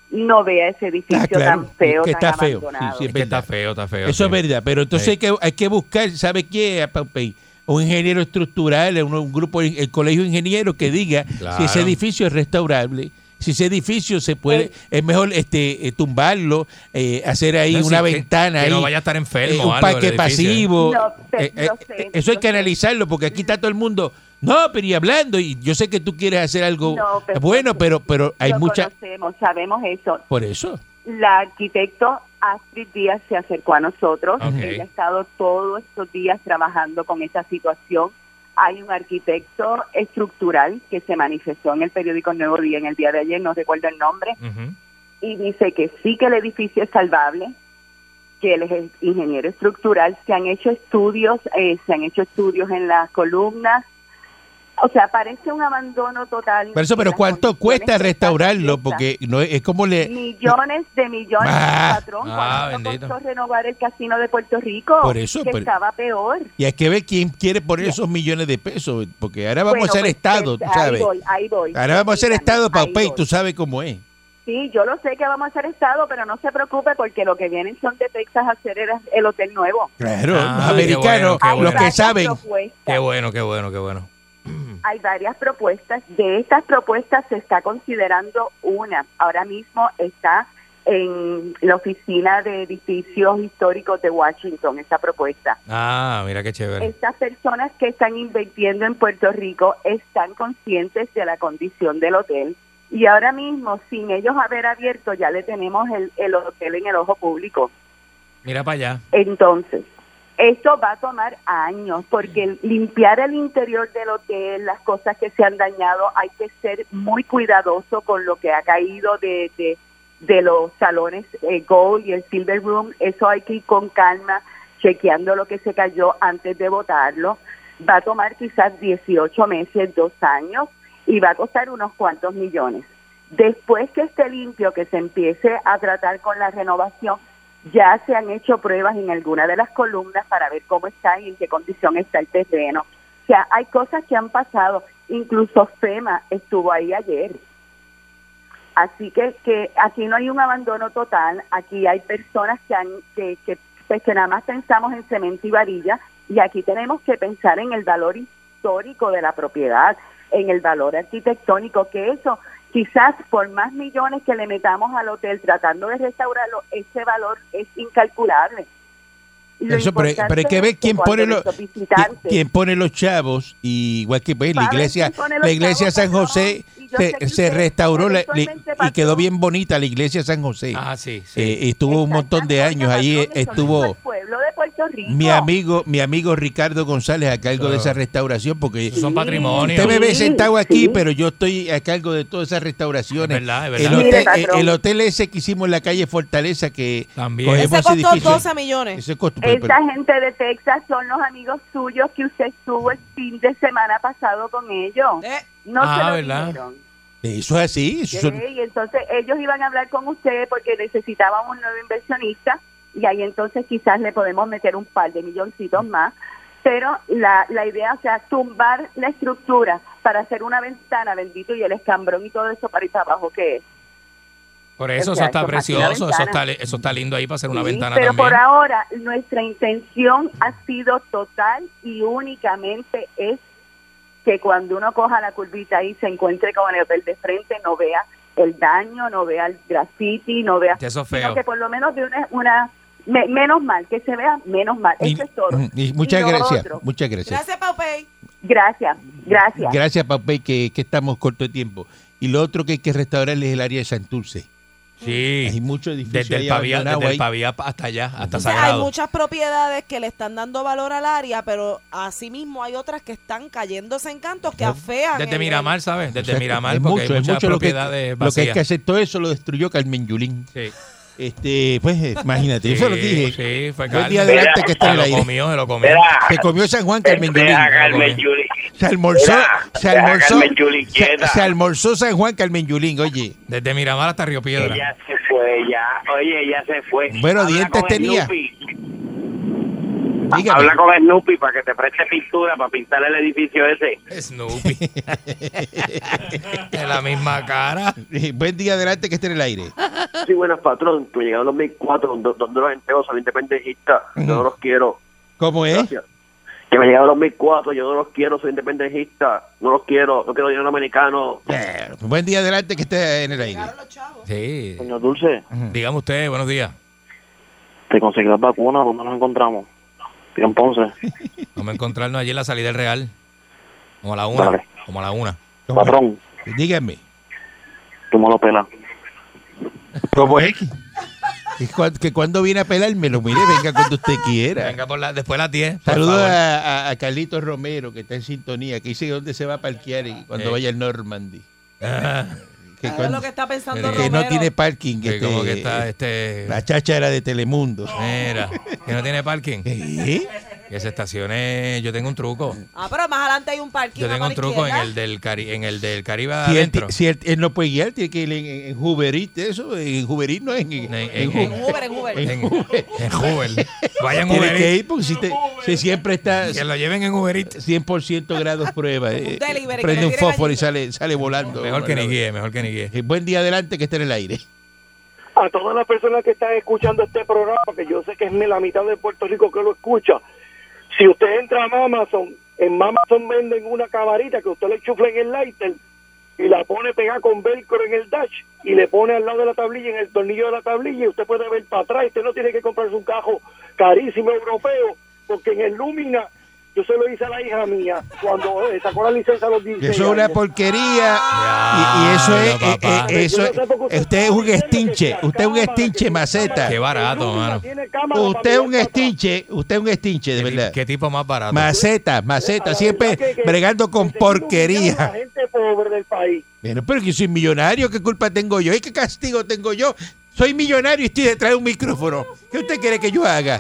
[SPEAKER 6] no vea ese edificio
[SPEAKER 3] Ah, claro,
[SPEAKER 6] tan feo,
[SPEAKER 3] que está
[SPEAKER 6] tan
[SPEAKER 3] feo.
[SPEAKER 6] abandonado.
[SPEAKER 3] Sí, sí,
[SPEAKER 4] Es que está feo, está feo.
[SPEAKER 3] Eso es
[SPEAKER 4] sí.
[SPEAKER 3] verdad, pero entonces
[SPEAKER 4] Sí.
[SPEAKER 3] hay, que, hay que buscar, ¿sabe qué, Paupey? Un ingeniero estructural, un, un grupo, el colegio de ingenieros que diga
[SPEAKER 4] Claro.
[SPEAKER 3] si ese edificio es restaurable, si ese edificio se puede, es mejor este eh, tumbarlo, eh, hacer ahí
[SPEAKER 4] No, sí,
[SPEAKER 3] una
[SPEAKER 4] que-
[SPEAKER 3] ventana.
[SPEAKER 4] que
[SPEAKER 3] ahí,
[SPEAKER 4] no vaya a estar enfermo
[SPEAKER 3] eh,
[SPEAKER 4] o
[SPEAKER 3] un
[SPEAKER 4] algo, el
[SPEAKER 3] parque
[SPEAKER 4] edificio, ¿eh?
[SPEAKER 3] pasivo.
[SPEAKER 6] No, pe-
[SPEAKER 3] Eh, eh,
[SPEAKER 6] yo sé,
[SPEAKER 3] eso hay
[SPEAKER 6] yo
[SPEAKER 3] que
[SPEAKER 6] sé.
[SPEAKER 3] analizarlo porque aquí está todo el mundo. No, pero y hablando, y yo sé que tú quieres hacer algo
[SPEAKER 6] No, pero-
[SPEAKER 3] bueno, pero pero hay
[SPEAKER 6] Lo
[SPEAKER 3] mucha...
[SPEAKER 6] conocemos, sabemos eso.
[SPEAKER 3] Por eso.
[SPEAKER 6] La arquitecto Astrid Díaz se acercó a nosotros.
[SPEAKER 4] Ok.
[SPEAKER 6] Ella ha estado todos estos días trabajando con esta situación. Hay un arquitecto estructural que se manifestó en el periódico Nuevo Día en el día de ayer, no recuerdo el nombre,
[SPEAKER 4] Ujú.
[SPEAKER 6] y dice que sí que el edificio es salvable, que él es el ingeniero estructural, se han hecho estudios, eh, se han hecho estudios en las columnas. O sea, parece un abandono total.
[SPEAKER 3] Por eso,
[SPEAKER 6] en
[SPEAKER 3] pero
[SPEAKER 6] las
[SPEAKER 3] ¿cuánto
[SPEAKER 6] condiciones que
[SPEAKER 3] cuesta
[SPEAKER 6] está
[SPEAKER 3] restaurarlo?
[SPEAKER 6] esta.
[SPEAKER 3] Porque no es, es como le...
[SPEAKER 6] Millones de millones,
[SPEAKER 3] Ah,
[SPEAKER 6] patrón.
[SPEAKER 4] ah,
[SPEAKER 6] ¿Cuánto
[SPEAKER 4] bendito.
[SPEAKER 6] costó renovar el casino de Puerto Rico?
[SPEAKER 3] Por eso,
[SPEAKER 6] Que
[SPEAKER 3] pero-
[SPEAKER 6] estaba peor.
[SPEAKER 3] Y hay que ver quién quiere poner esos millones de pesos, porque ahora vamos
[SPEAKER 6] Bueno,
[SPEAKER 3] a ser
[SPEAKER 6] pues,
[SPEAKER 3] Estado,
[SPEAKER 6] pues,
[SPEAKER 3] tú sabes.
[SPEAKER 6] Ahí voy, ahí voy.
[SPEAKER 3] Ahora vamos a ser
[SPEAKER 6] Dígame,
[SPEAKER 3] Estado,
[SPEAKER 6] ahí
[SPEAKER 3] Paupey,
[SPEAKER 6] voy.
[SPEAKER 3] tú sabes cómo es.
[SPEAKER 6] Sí, yo lo sé que vamos a ser Estado, pero no se preocupe porque lo que vienen son de Texas a hacer el, el hotel nuevo.
[SPEAKER 3] Claro,
[SPEAKER 4] Ah,
[SPEAKER 3] los
[SPEAKER 4] qué
[SPEAKER 3] americanos,
[SPEAKER 4] bueno, qué bueno.
[SPEAKER 3] los que
[SPEAKER 6] varias
[SPEAKER 3] saben.
[SPEAKER 6] propuestas,
[SPEAKER 4] Qué bueno, qué bueno, qué bueno.
[SPEAKER 6] Hay varias propuestas. De estas propuestas se está considerando una. Ahora mismo está en la oficina de edificios históricos de Washington esa propuesta.
[SPEAKER 4] Ah, mira qué chévere.
[SPEAKER 6] Estas personas que están invirtiendo en Puerto Rico están conscientes de la condición del hotel y ahora mismo, sin ellos haber abierto, ya le tenemos el, el hotel en el ojo público.
[SPEAKER 4] Mira para allá.
[SPEAKER 6] Entonces, esto va a tomar años porque el- limpiar el interior del hotel, las cosas que se han dañado, hay que ser muy cuidadoso con lo que ha caído de, de- de los salones eh, Gold y el Silver Room. Eso hay que ir con calma, chequeando lo que se cayó antes de votarlo. Va a tomar quizás 18 meses, dos años y va a costar unos cuantos millones. Después que esté limpio, que se empiece a tratar con la renovación, ya se han hecho pruebas en alguna de las columnas para ver cómo está y en qué condición está el terreno. O sea, hay cosas que han pasado. Incluso FEMA estuvo ahí ayer. Así que, que aquí no hay un abandono total. Aquí hay personas que, han, que, que, pues, que nada más pensamos en cemento y varilla. Y aquí tenemos que pensar en el valor histórico de la propiedad, en el valor arquitectónico, que eso quizás por más millones que le metamos al hotel tratando de restaurarlo, ese valor es incalculable. Lo
[SPEAKER 3] Eso, pero, pero hay
[SPEAKER 6] importante
[SPEAKER 3] que ver
[SPEAKER 6] es
[SPEAKER 3] quién pone,
[SPEAKER 6] cuando
[SPEAKER 3] los,
[SPEAKER 6] nuestros
[SPEAKER 3] qui-
[SPEAKER 6] visitantes-
[SPEAKER 3] quién pone los chavos, y igual que pues, la
[SPEAKER 6] ¿Saben
[SPEAKER 3] iglesia,
[SPEAKER 6] quién pone los
[SPEAKER 3] la iglesia
[SPEAKER 6] chavos,
[SPEAKER 3] San
[SPEAKER 6] patrón?
[SPEAKER 3] José
[SPEAKER 6] Y yo sé
[SPEAKER 3] se,
[SPEAKER 6] que
[SPEAKER 3] se
[SPEAKER 6] usted
[SPEAKER 3] restauró la- li-
[SPEAKER 6] eventualmente,
[SPEAKER 3] y quedó
[SPEAKER 6] patrón.
[SPEAKER 3] bien bonita la iglesia San José.
[SPEAKER 4] Ah, sí, sí.
[SPEAKER 3] Eh, estuvo un montón de
[SPEAKER 6] Exacto.
[SPEAKER 3] años ahí, eh,
[SPEAKER 6] Oiga, patrón, eso lo hizo
[SPEAKER 3] estuvo...
[SPEAKER 6] El pueblo de Puerto Puerto Rico.
[SPEAKER 3] Mi amigo, mi amigo Ricardo González a cargo de
[SPEAKER 4] Ah.
[SPEAKER 3] esa restauración, porque
[SPEAKER 4] Son patrimonio.
[SPEAKER 3] usted me ve
[SPEAKER 6] Sí,
[SPEAKER 3] sentado aquí,
[SPEAKER 6] sí.
[SPEAKER 3] pero yo estoy a cargo de todas esas restauraciones.
[SPEAKER 4] Es verdad, es verdad.
[SPEAKER 3] El, hotel,
[SPEAKER 6] Mire, patrón.
[SPEAKER 3] el hotel ese que hicimos en la calle Fortaleza, que
[SPEAKER 4] También.
[SPEAKER 3] cogemos
[SPEAKER 4] Ese
[SPEAKER 5] Ese costó
[SPEAKER 3] edificio.
[SPEAKER 5] 12 millones.
[SPEAKER 3] Ese costó- pero-
[SPEAKER 6] Esa gente de Texas son los amigos suyos que usted estuvo el fin de semana pasado con ellos.
[SPEAKER 5] Eh,
[SPEAKER 6] No
[SPEAKER 4] Ah,
[SPEAKER 6] se lo
[SPEAKER 4] ¿verdad?
[SPEAKER 6] dijeron.
[SPEAKER 3] eso es así. eso son-
[SPEAKER 6] Sí, y entonces ellos iban a hablar con usted porque necesitaban un nuevo inversionista y ahí entonces quizás le podemos meter un par de milloncitos más. Pero la, la idea, o sea, tumbar la estructura para hacer una ventana, bendito, y el escambrón y todo eso para ir para abajo que es.
[SPEAKER 4] Por eso,
[SPEAKER 6] O sea,
[SPEAKER 4] eso está
[SPEAKER 6] eso es aquí la
[SPEAKER 4] precioso. Eso
[SPEAKER 6] ventana.
[SPEAKER 4] está, li- eso está lindo ahí para hacer una
[SPEAKER 6] Sí,
[SPEAKER 4] ventana
[SPEAKER 6] pero
[SPEAKER 4] también.
[SPEAKER 6] por ahora nuestra intención ha sido total y únicamente es que cuando uno coja la curvita y se encuentre con el hotel de frente no vea el daño, no vea el graffiti, no vea
[SPEAKER 4] Ya eso es
[SPEAKER 6] sino
[SPEAKER 4] feo.
[SPEAKER 6] que por lo menos de una, una- me- menos mal que se vea menos mal.
[SPEAKER 3] y-
[SPEAKER 6] Eso es todo.
[SPEAKER 3] y muchas
[SPEAKER 6] Y lo
[SPEAKER 3] gracias,
[SPEAKER 6] otro.
[SPEAKER 3] muchas gracias.
[SPEAKER 5] Gracias, Paupey.
[SPEAKER 6] Gracias, gracias.
[SPEAKER 3] Gracias, Papey, que, que estamos corto de tiempo. Y lo otro que hay que restaurar es el área de Santurce. Hay
[SPEAKER 4] Sí.
[SPEAKER 3] muchos edificios
[SPEAKER 4] Desde el
[SPEAKER 3] ahí
[SPEAKER 4] pavía,
[SPEAKER 3] abandonados
[SPEAKER 4] desde el
[SPEAKER 3] ahí.
[SPEAKER 4] pavía hasta allá, hasta
[SPEAKER 5] O sea, hay
[SPEAKER 4] Sagrado.
[SPEAKER 5] muchas propiedades que le están dando valor al área, pero asimismo hay otras que están cayéndose en cantos que afean.
[SPEAKER 4] Desde
[SPEAKER 5] el-
[SPEAKER 4] Miramar, ¿sabes?
[SPEAKER 3] O
[SPEAKER 4] Desde
[SPEAKER 3] sea,
[SPEAKER 4] Miramar,
[SPEAKER 3] es
[SPEAKER 4] porque
[SPEAKER 3] mucho,
[SPEAKER 4] hay
[SPEAKER 3] es
[SPEAKER 4] muchas
[SPEAKER 3] mucho lo que,
[SPEAKER 4] propiedades
[SPEAKER 3] lo que hay que
[SPEAKER 4] vacías.
[SPEAKER 3] hacer. Todo eso lo destruyó Carmen Yulín.
[SPEAKER 4] Sí.
[SPEAKER 3] Este, pues, eh, imagínate, yo se lo dije.
[SPEAKER 4] Sí, fue
[SPEAKER 3] Buen
[SPEAKER 4] Carmen.
[SPEAKER 3] día adelante que está en
[SPEAKER 4] Se
[SPEAKER 3] el
[SPEAKER 4] lo
[SPEAKER 3] aire.
[SPEAKER 4] comió, se lo comió.
[SPEAKER 7] Mira,
[SPEAKER 3] Se comió San Juan Carmen Yulín.
[SPEAKER 7] deja a Carmen
[SPEAKER 4] Carmen.
[SPEAKER 7] Yulín.
[SPEAKER 3] Se almorzó,
[SPEAKER 7] Mira,
[SPEAKER 3] se
[SPEAKER 7] deja a
[SPEAKER 3] almorzó,
[SPEAKER 7] Carmen Yulín
[SPEAKER 3] se,
[SPEAKER 7] quieta.
[SPEAKER 3] se almorzó San Juan Carmen Yulín, oye.
[SPEAKER 4] Desde Miramar hasta Río Piedra.
[SPEAKER 7] Ella se fue, ya. Oye, ella se fue.
[SPEAKER 3] Bueno,
[SPEAKER 7] Habla
[SPEAKER 3] dientes
[SPEAKER 7] con
[SPEAKER 3] tenía.
[SPEAKER 7] Snoopy.
[SPEAKER 3] Dígame.
[SPEAKER 7] Habla con Snoopy para que te preste pintura para pintar el edificio ese.
[SPEAKER 4] Snoopy. es la misma cara.
[SPEAKER 3] Eh, Buen día adelante que esté en el aire.
[SPEAKER 8] Sí, buenas, patrón. pues Tu llegada en 2004, do- donde los entrego son independentistas. Yo no los quiero.
[SPEAKER 3] ¿Cómo es?
[SPEAKER 8] Gracias. Que me llegaba en 2004, yo no los quiero, soy independentista. No los quiero, no quiero dinero americano.
[SPEAKER 3] Eh, Buen día adelante que esté en el aire.
[SPEAKER 5] Llegaron los chavos.
[SPEAKER 4] Sí.
[SPEAKER 8] Señor Dulce,
[SPEAKER 4] Dígame usted, buenos días.
[SPEAKER 8] ¿te conseguí las vacunas? ¿Dónde nos encontramos? En Ponce.
[SPEAKER 4] Vamos a encontrarnos allí en la salida del Real. Como a la una.
[SPEAKER 8] Dale.
[SPEAKER 4] Como a la una.
[SPEAKER 3] ¿Cómo es?
[SPEAKER 8] Patrón,
[SPEAKER 3] Dígame.
[SPEAKER 8] tú me lo pelas.
[SPEAKER 3] ¿Cómo es? Que cuan- que cuando viene a pelármelo, mire, venga cuando usted quiera.
[SPEAKER 4] Venga por la, después de las 10. por
[SPEAKER 3] Saludos
[SPEAKER 4] favor.
[SPEAKER 3] a, a- a Carlitos Romero, que está en sintonía, que dice que dónde se va a parquear y cuando
[SPEAKER 4] Eh.
[SPEAKER 3] vaya al Normandy. Que,
[SPEAKER 5] Ahora
[SPEAKER 3] cuando-
[SPEAKER 5] lo que está pensando
[SPEAKER 4] que
[SPEAKER 3] que no
[SPEAKER 5] Romero.
[SPEAKER 3] tiene parking.
[SPEAKER 4] Ah, Que
[SPEAKER 3] este,
[SPEAKER 4] como que está este.
[SPEAKER 3] La chacha era de Telemundo.
[SPEAKER 4] Mira, que no tiene parking.
[SPEAKER 3] ¿Eh?
[SPEAKER 4] Que se estacione. Yo tengo un truco.
[SPEAKER 5] Ah, pero más adelante hay un parking.
[SPEAKER 4] Yo
[SPEAKER 5] a
[SPEAKER 4] tengo un
[SPEAKER 5] mano
[SPEAKER 4] truco en
[SPEAKER 5] izquierda.
[SPEAKER 4] el del, Cari en el del Caribe
[SPEAKER 5] Ah,
[SPEAKER 3] Si él, ti-
[SPEAKER 4] adentro.
[SPEAKER 3] si él- él no puede guiar, tiene que ir en, en, en Juberit, eso, en Juberit no es en, en,
[SPEAKER 4] En-
[SPEAKER 3] en
[SPEAKER 4] en-
[SPEAKER 3] Ju-
[SPEAKER 5] En Uber, en Uber.
[SPEAKER 4] En, en Uber. Vayan
[SPEAKER 3] Tiene
[SPEAKER 4] Uber.
[SPEAKER 3] que
[SPEAKER 4] Eats,
[SPEAKER 3] ir porque si, te- si siempre está
[SPEAKER 4] Que lo lleven en Uber. Eats.
[SPEAKER 3] 100% grados prueba. eh,
[SPEAKER 5] delivery que
[SPEAKER 3] prende
[SPEAKER 5] lo
[SPEAKER 3] un
[SPEAKER 5] tienen
[SPEAKER 3] fósforo y
[SPEAKER 5] allí.
[SPEAKER 3] sale, sale volando.
[SPEAKER 4] Mejor que ni guíe, mejor que ni guíe.
[SPEAKER 3] Eh, Buen día adelante que esté en el aire.
[SPEAKER 8] A todas las personas que están escuchando este programa, que yo sé que es la mitad de Puerto Rico que lo escucha, si usted entra a Amazon, en Amazon venden una camarita que usted le chufla en el lighter y la pone pegada con velcro en el dash y le pone al lado de la tablilla, en el tornillo de la tablilla, y usted puede ver para atrás. Usted no tiene que comprarse un cajo carísimo europeo, porque en el Lumina, yo se lo hice a la hija mía cuando eh, sacó la licencia a los 16
[SPEAKER 3] Eso es una
[SPEAKER 8] años.
[SPEAKER 3] porquería. Y, y
[SPEAKER 4] Ya,
[SPEAKER 3] eso es,
[SPEAKER 4] mira,
[SPEAKER 3] eh,
[SPEAKER 4] papá.
[SPEAKER 3] eh, eso es-
[SPEAKER 8] Yo no sé por qué usted
[SPEAKER 3] usted es
[SPEAKER 8] está
[SPEAKER 3] un
[SPEAKER 8] diciendo que
[SPEAKER 3] estinche,
[SPEAKER 8] está
[SPEAKER 3] usted es un
[SPEAKER 8] cámara, que
[SPEAKER 3] estinche
[SPEAKER 8] tiene
[SPEAKER 3] maceta.
[SPEAKER 8] cámara.
[SPEAKER 4] Qué barato,
[SPEAKER 8] Lumina
[SPEAKER 4] ah, mano.
[SPEAKER 8] tiene cámara
[SPEAKER 3] Usted
[SPEAKER 8] para
[SPEAKER 3] es un
[SPEAKER 8] mirar para atrás.
[SPEAKER 3] estinche, usted es un estinche, de
[SPEAKER 4] ¿Qué,
[SPEAKER 3] verdad.
[SPEAKER 4] ti- qué tipo más barato?
[SPEAKER 3] Maceta,
[SPEAKER 8] A
[SPEAKER 3] maceta,
[SPEAKER 8] la
[SPEAKER 3] siempre
[SPEAKER 8] verdad que- que-
[SPEAKER 3] bregando con
[SPEAKER 8] que se ilumina
[SPEAKER 3] porquería.
[SPEAKER 8] La gente pobre del país.
[SPEAKER 3] Bueno, pero que soy millonario, ¿qué culpa tengo yo? ¿Y qué castigo tengo yo? Soy millonario y estoy detrás de un micrófono. ¿Qué usted quiere que yo haga?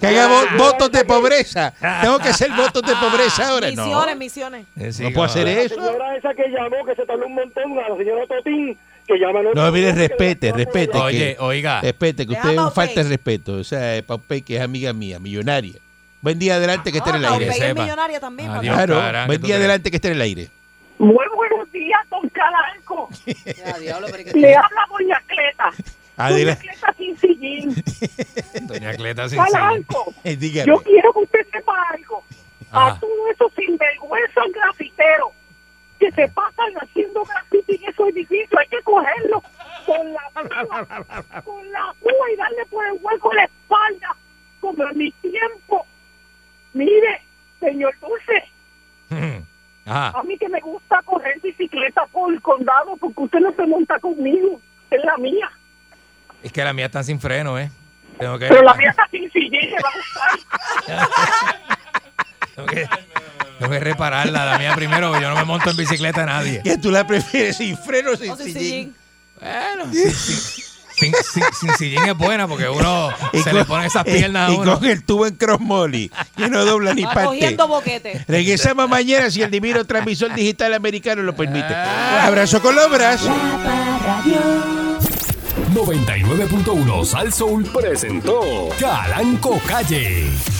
[SPEAKER 3] ¿Que haga vo- votos de pobreza? ¿Tengo que hacer votos de pobreza ahora? No,
[SPEAKER 5] Misiones, misiones.
[SPEAKER 4] Eh, sí,
[SPEAKER 3] no puedo hacer
[SPEAKER 4] camarada.
[SPEAKER 8] La
[SPEAKER 3] eso.
[SPEAKER 8] señora esa que llamó, que se tardó un montón, a la señora Totín, que llama a nuestro
[SPEAKER 3] No, mire,
[SPEAKER 8] grupo, que
[SPEAKER 3] respete,
[SPEAKER 8] la-
[SPEAKER 3] respete.
[SPEAKER 4] Oye, ah.
[SPEAKER 3] que- Eh,
[SPEAKER 4] oiga.
[SPEAKER 3] Respete, que
[SPEAKER 5] Deja
[SPEAKER 3] usted es
[SPEAKER 5] a
[SPEAKER 3] un
[SPEAKER 5] Paupey.
[SPEAKER 3] falta de respeto. O sea, eh, Paupey, que es amiga mía, millonaria. Buen día adelante que esté en el
[SPEAKER 5] Ah,
[SPEAKER 3] aire.
[SPEAKER 5] Paupey es
[SPEAKER 4] sepa.
[SPEAKER 5] millonaria también. papá.
[SPEAKER 4] Adiós.
[SPEAKER 3] Claro,
[SPEAKER 4] Caramba,
[SPEAKER 3] buen
[SPEAKER 4] ¿qué tú
[SPEAKER 3] día
[SPEAKER 4] crees?
[SPEAKER 3] adelante que esté en el aire.
[SPEAKER 6] Muy buenos días, don Calanco.
[SPEAKER 5] Ya, diablo, pero es que-
[SPEAKER 6] Le habla Doña Cleta. Doña
[SPEAKER 3] Adelante.
[SPEAKER 6] Cleta sin sillín.
[SPEAKER 4] Doña Cleta sin sillín.
[SPEAKER 6] Calanco,
[SPEAKER 3] Eh, Dígame.
[SPEAKER 6] yo quiero que usted sepa algo.
[SPEAKER 4] Ajá.
[SPEAKER 6] A todos esos sinvergüenzas grafiteros que se pasan haciendo graffiti en esos edificios, hay que cogerlos con la púa, con la púa y darle por el hueco en la espalda, como en mi tiempo. Mire, señor Dulce,
[SPEAKER 4] Hmm. Ajá.
[SPEAKER 6] a mí que me gusta correr bicicleta por el condado, porque usted no se monta conmigo, es la mía.
[SPEAKER 4] Es que la mía está sin freno, ¿eh? Tengo que,
[SPEAKER 7] Pero la mía está sin sillín, me va a gustar.
[SPEAKER 4] tengo que- tengo que repararla, la mía primero, porque yo no me monto en bicicleta a nadie.
[SPEAKER 3] ¿Qué tú la prefieres sin freno o sin
[SPEAKER 5] O sin
[SPEAKER 3] sillín?
[SPEAKER 5] sillín.
[SPEAKER 4] Bueno, sin, sin- sin- sin sillín es buena porque uno
[SPEAKER 3] Y
[SPEAKER 4] se
[SPEAKER 3] con-
[SPEAKER 4] le ponen esas piernas a
[SPEAKER 3] y, y
[SPEAKER 4] uno.
[SPEAKER 3] con el tubo en cross molly que no dobla ni
[SPEAKER 5] Va
[SPEAKER 3] parte.
[SPEAKER 5] cogiendo boquete.
[SPEAKER 3] Regresamos mañana si el divino transmisor digital americano lo permite.
[SPEAKER 4] Ah.
[SPEAKER 3] Abrazo con los brazos.
[SPEAKER 1] 99.1 Sal Soul presentó Calanco Calle.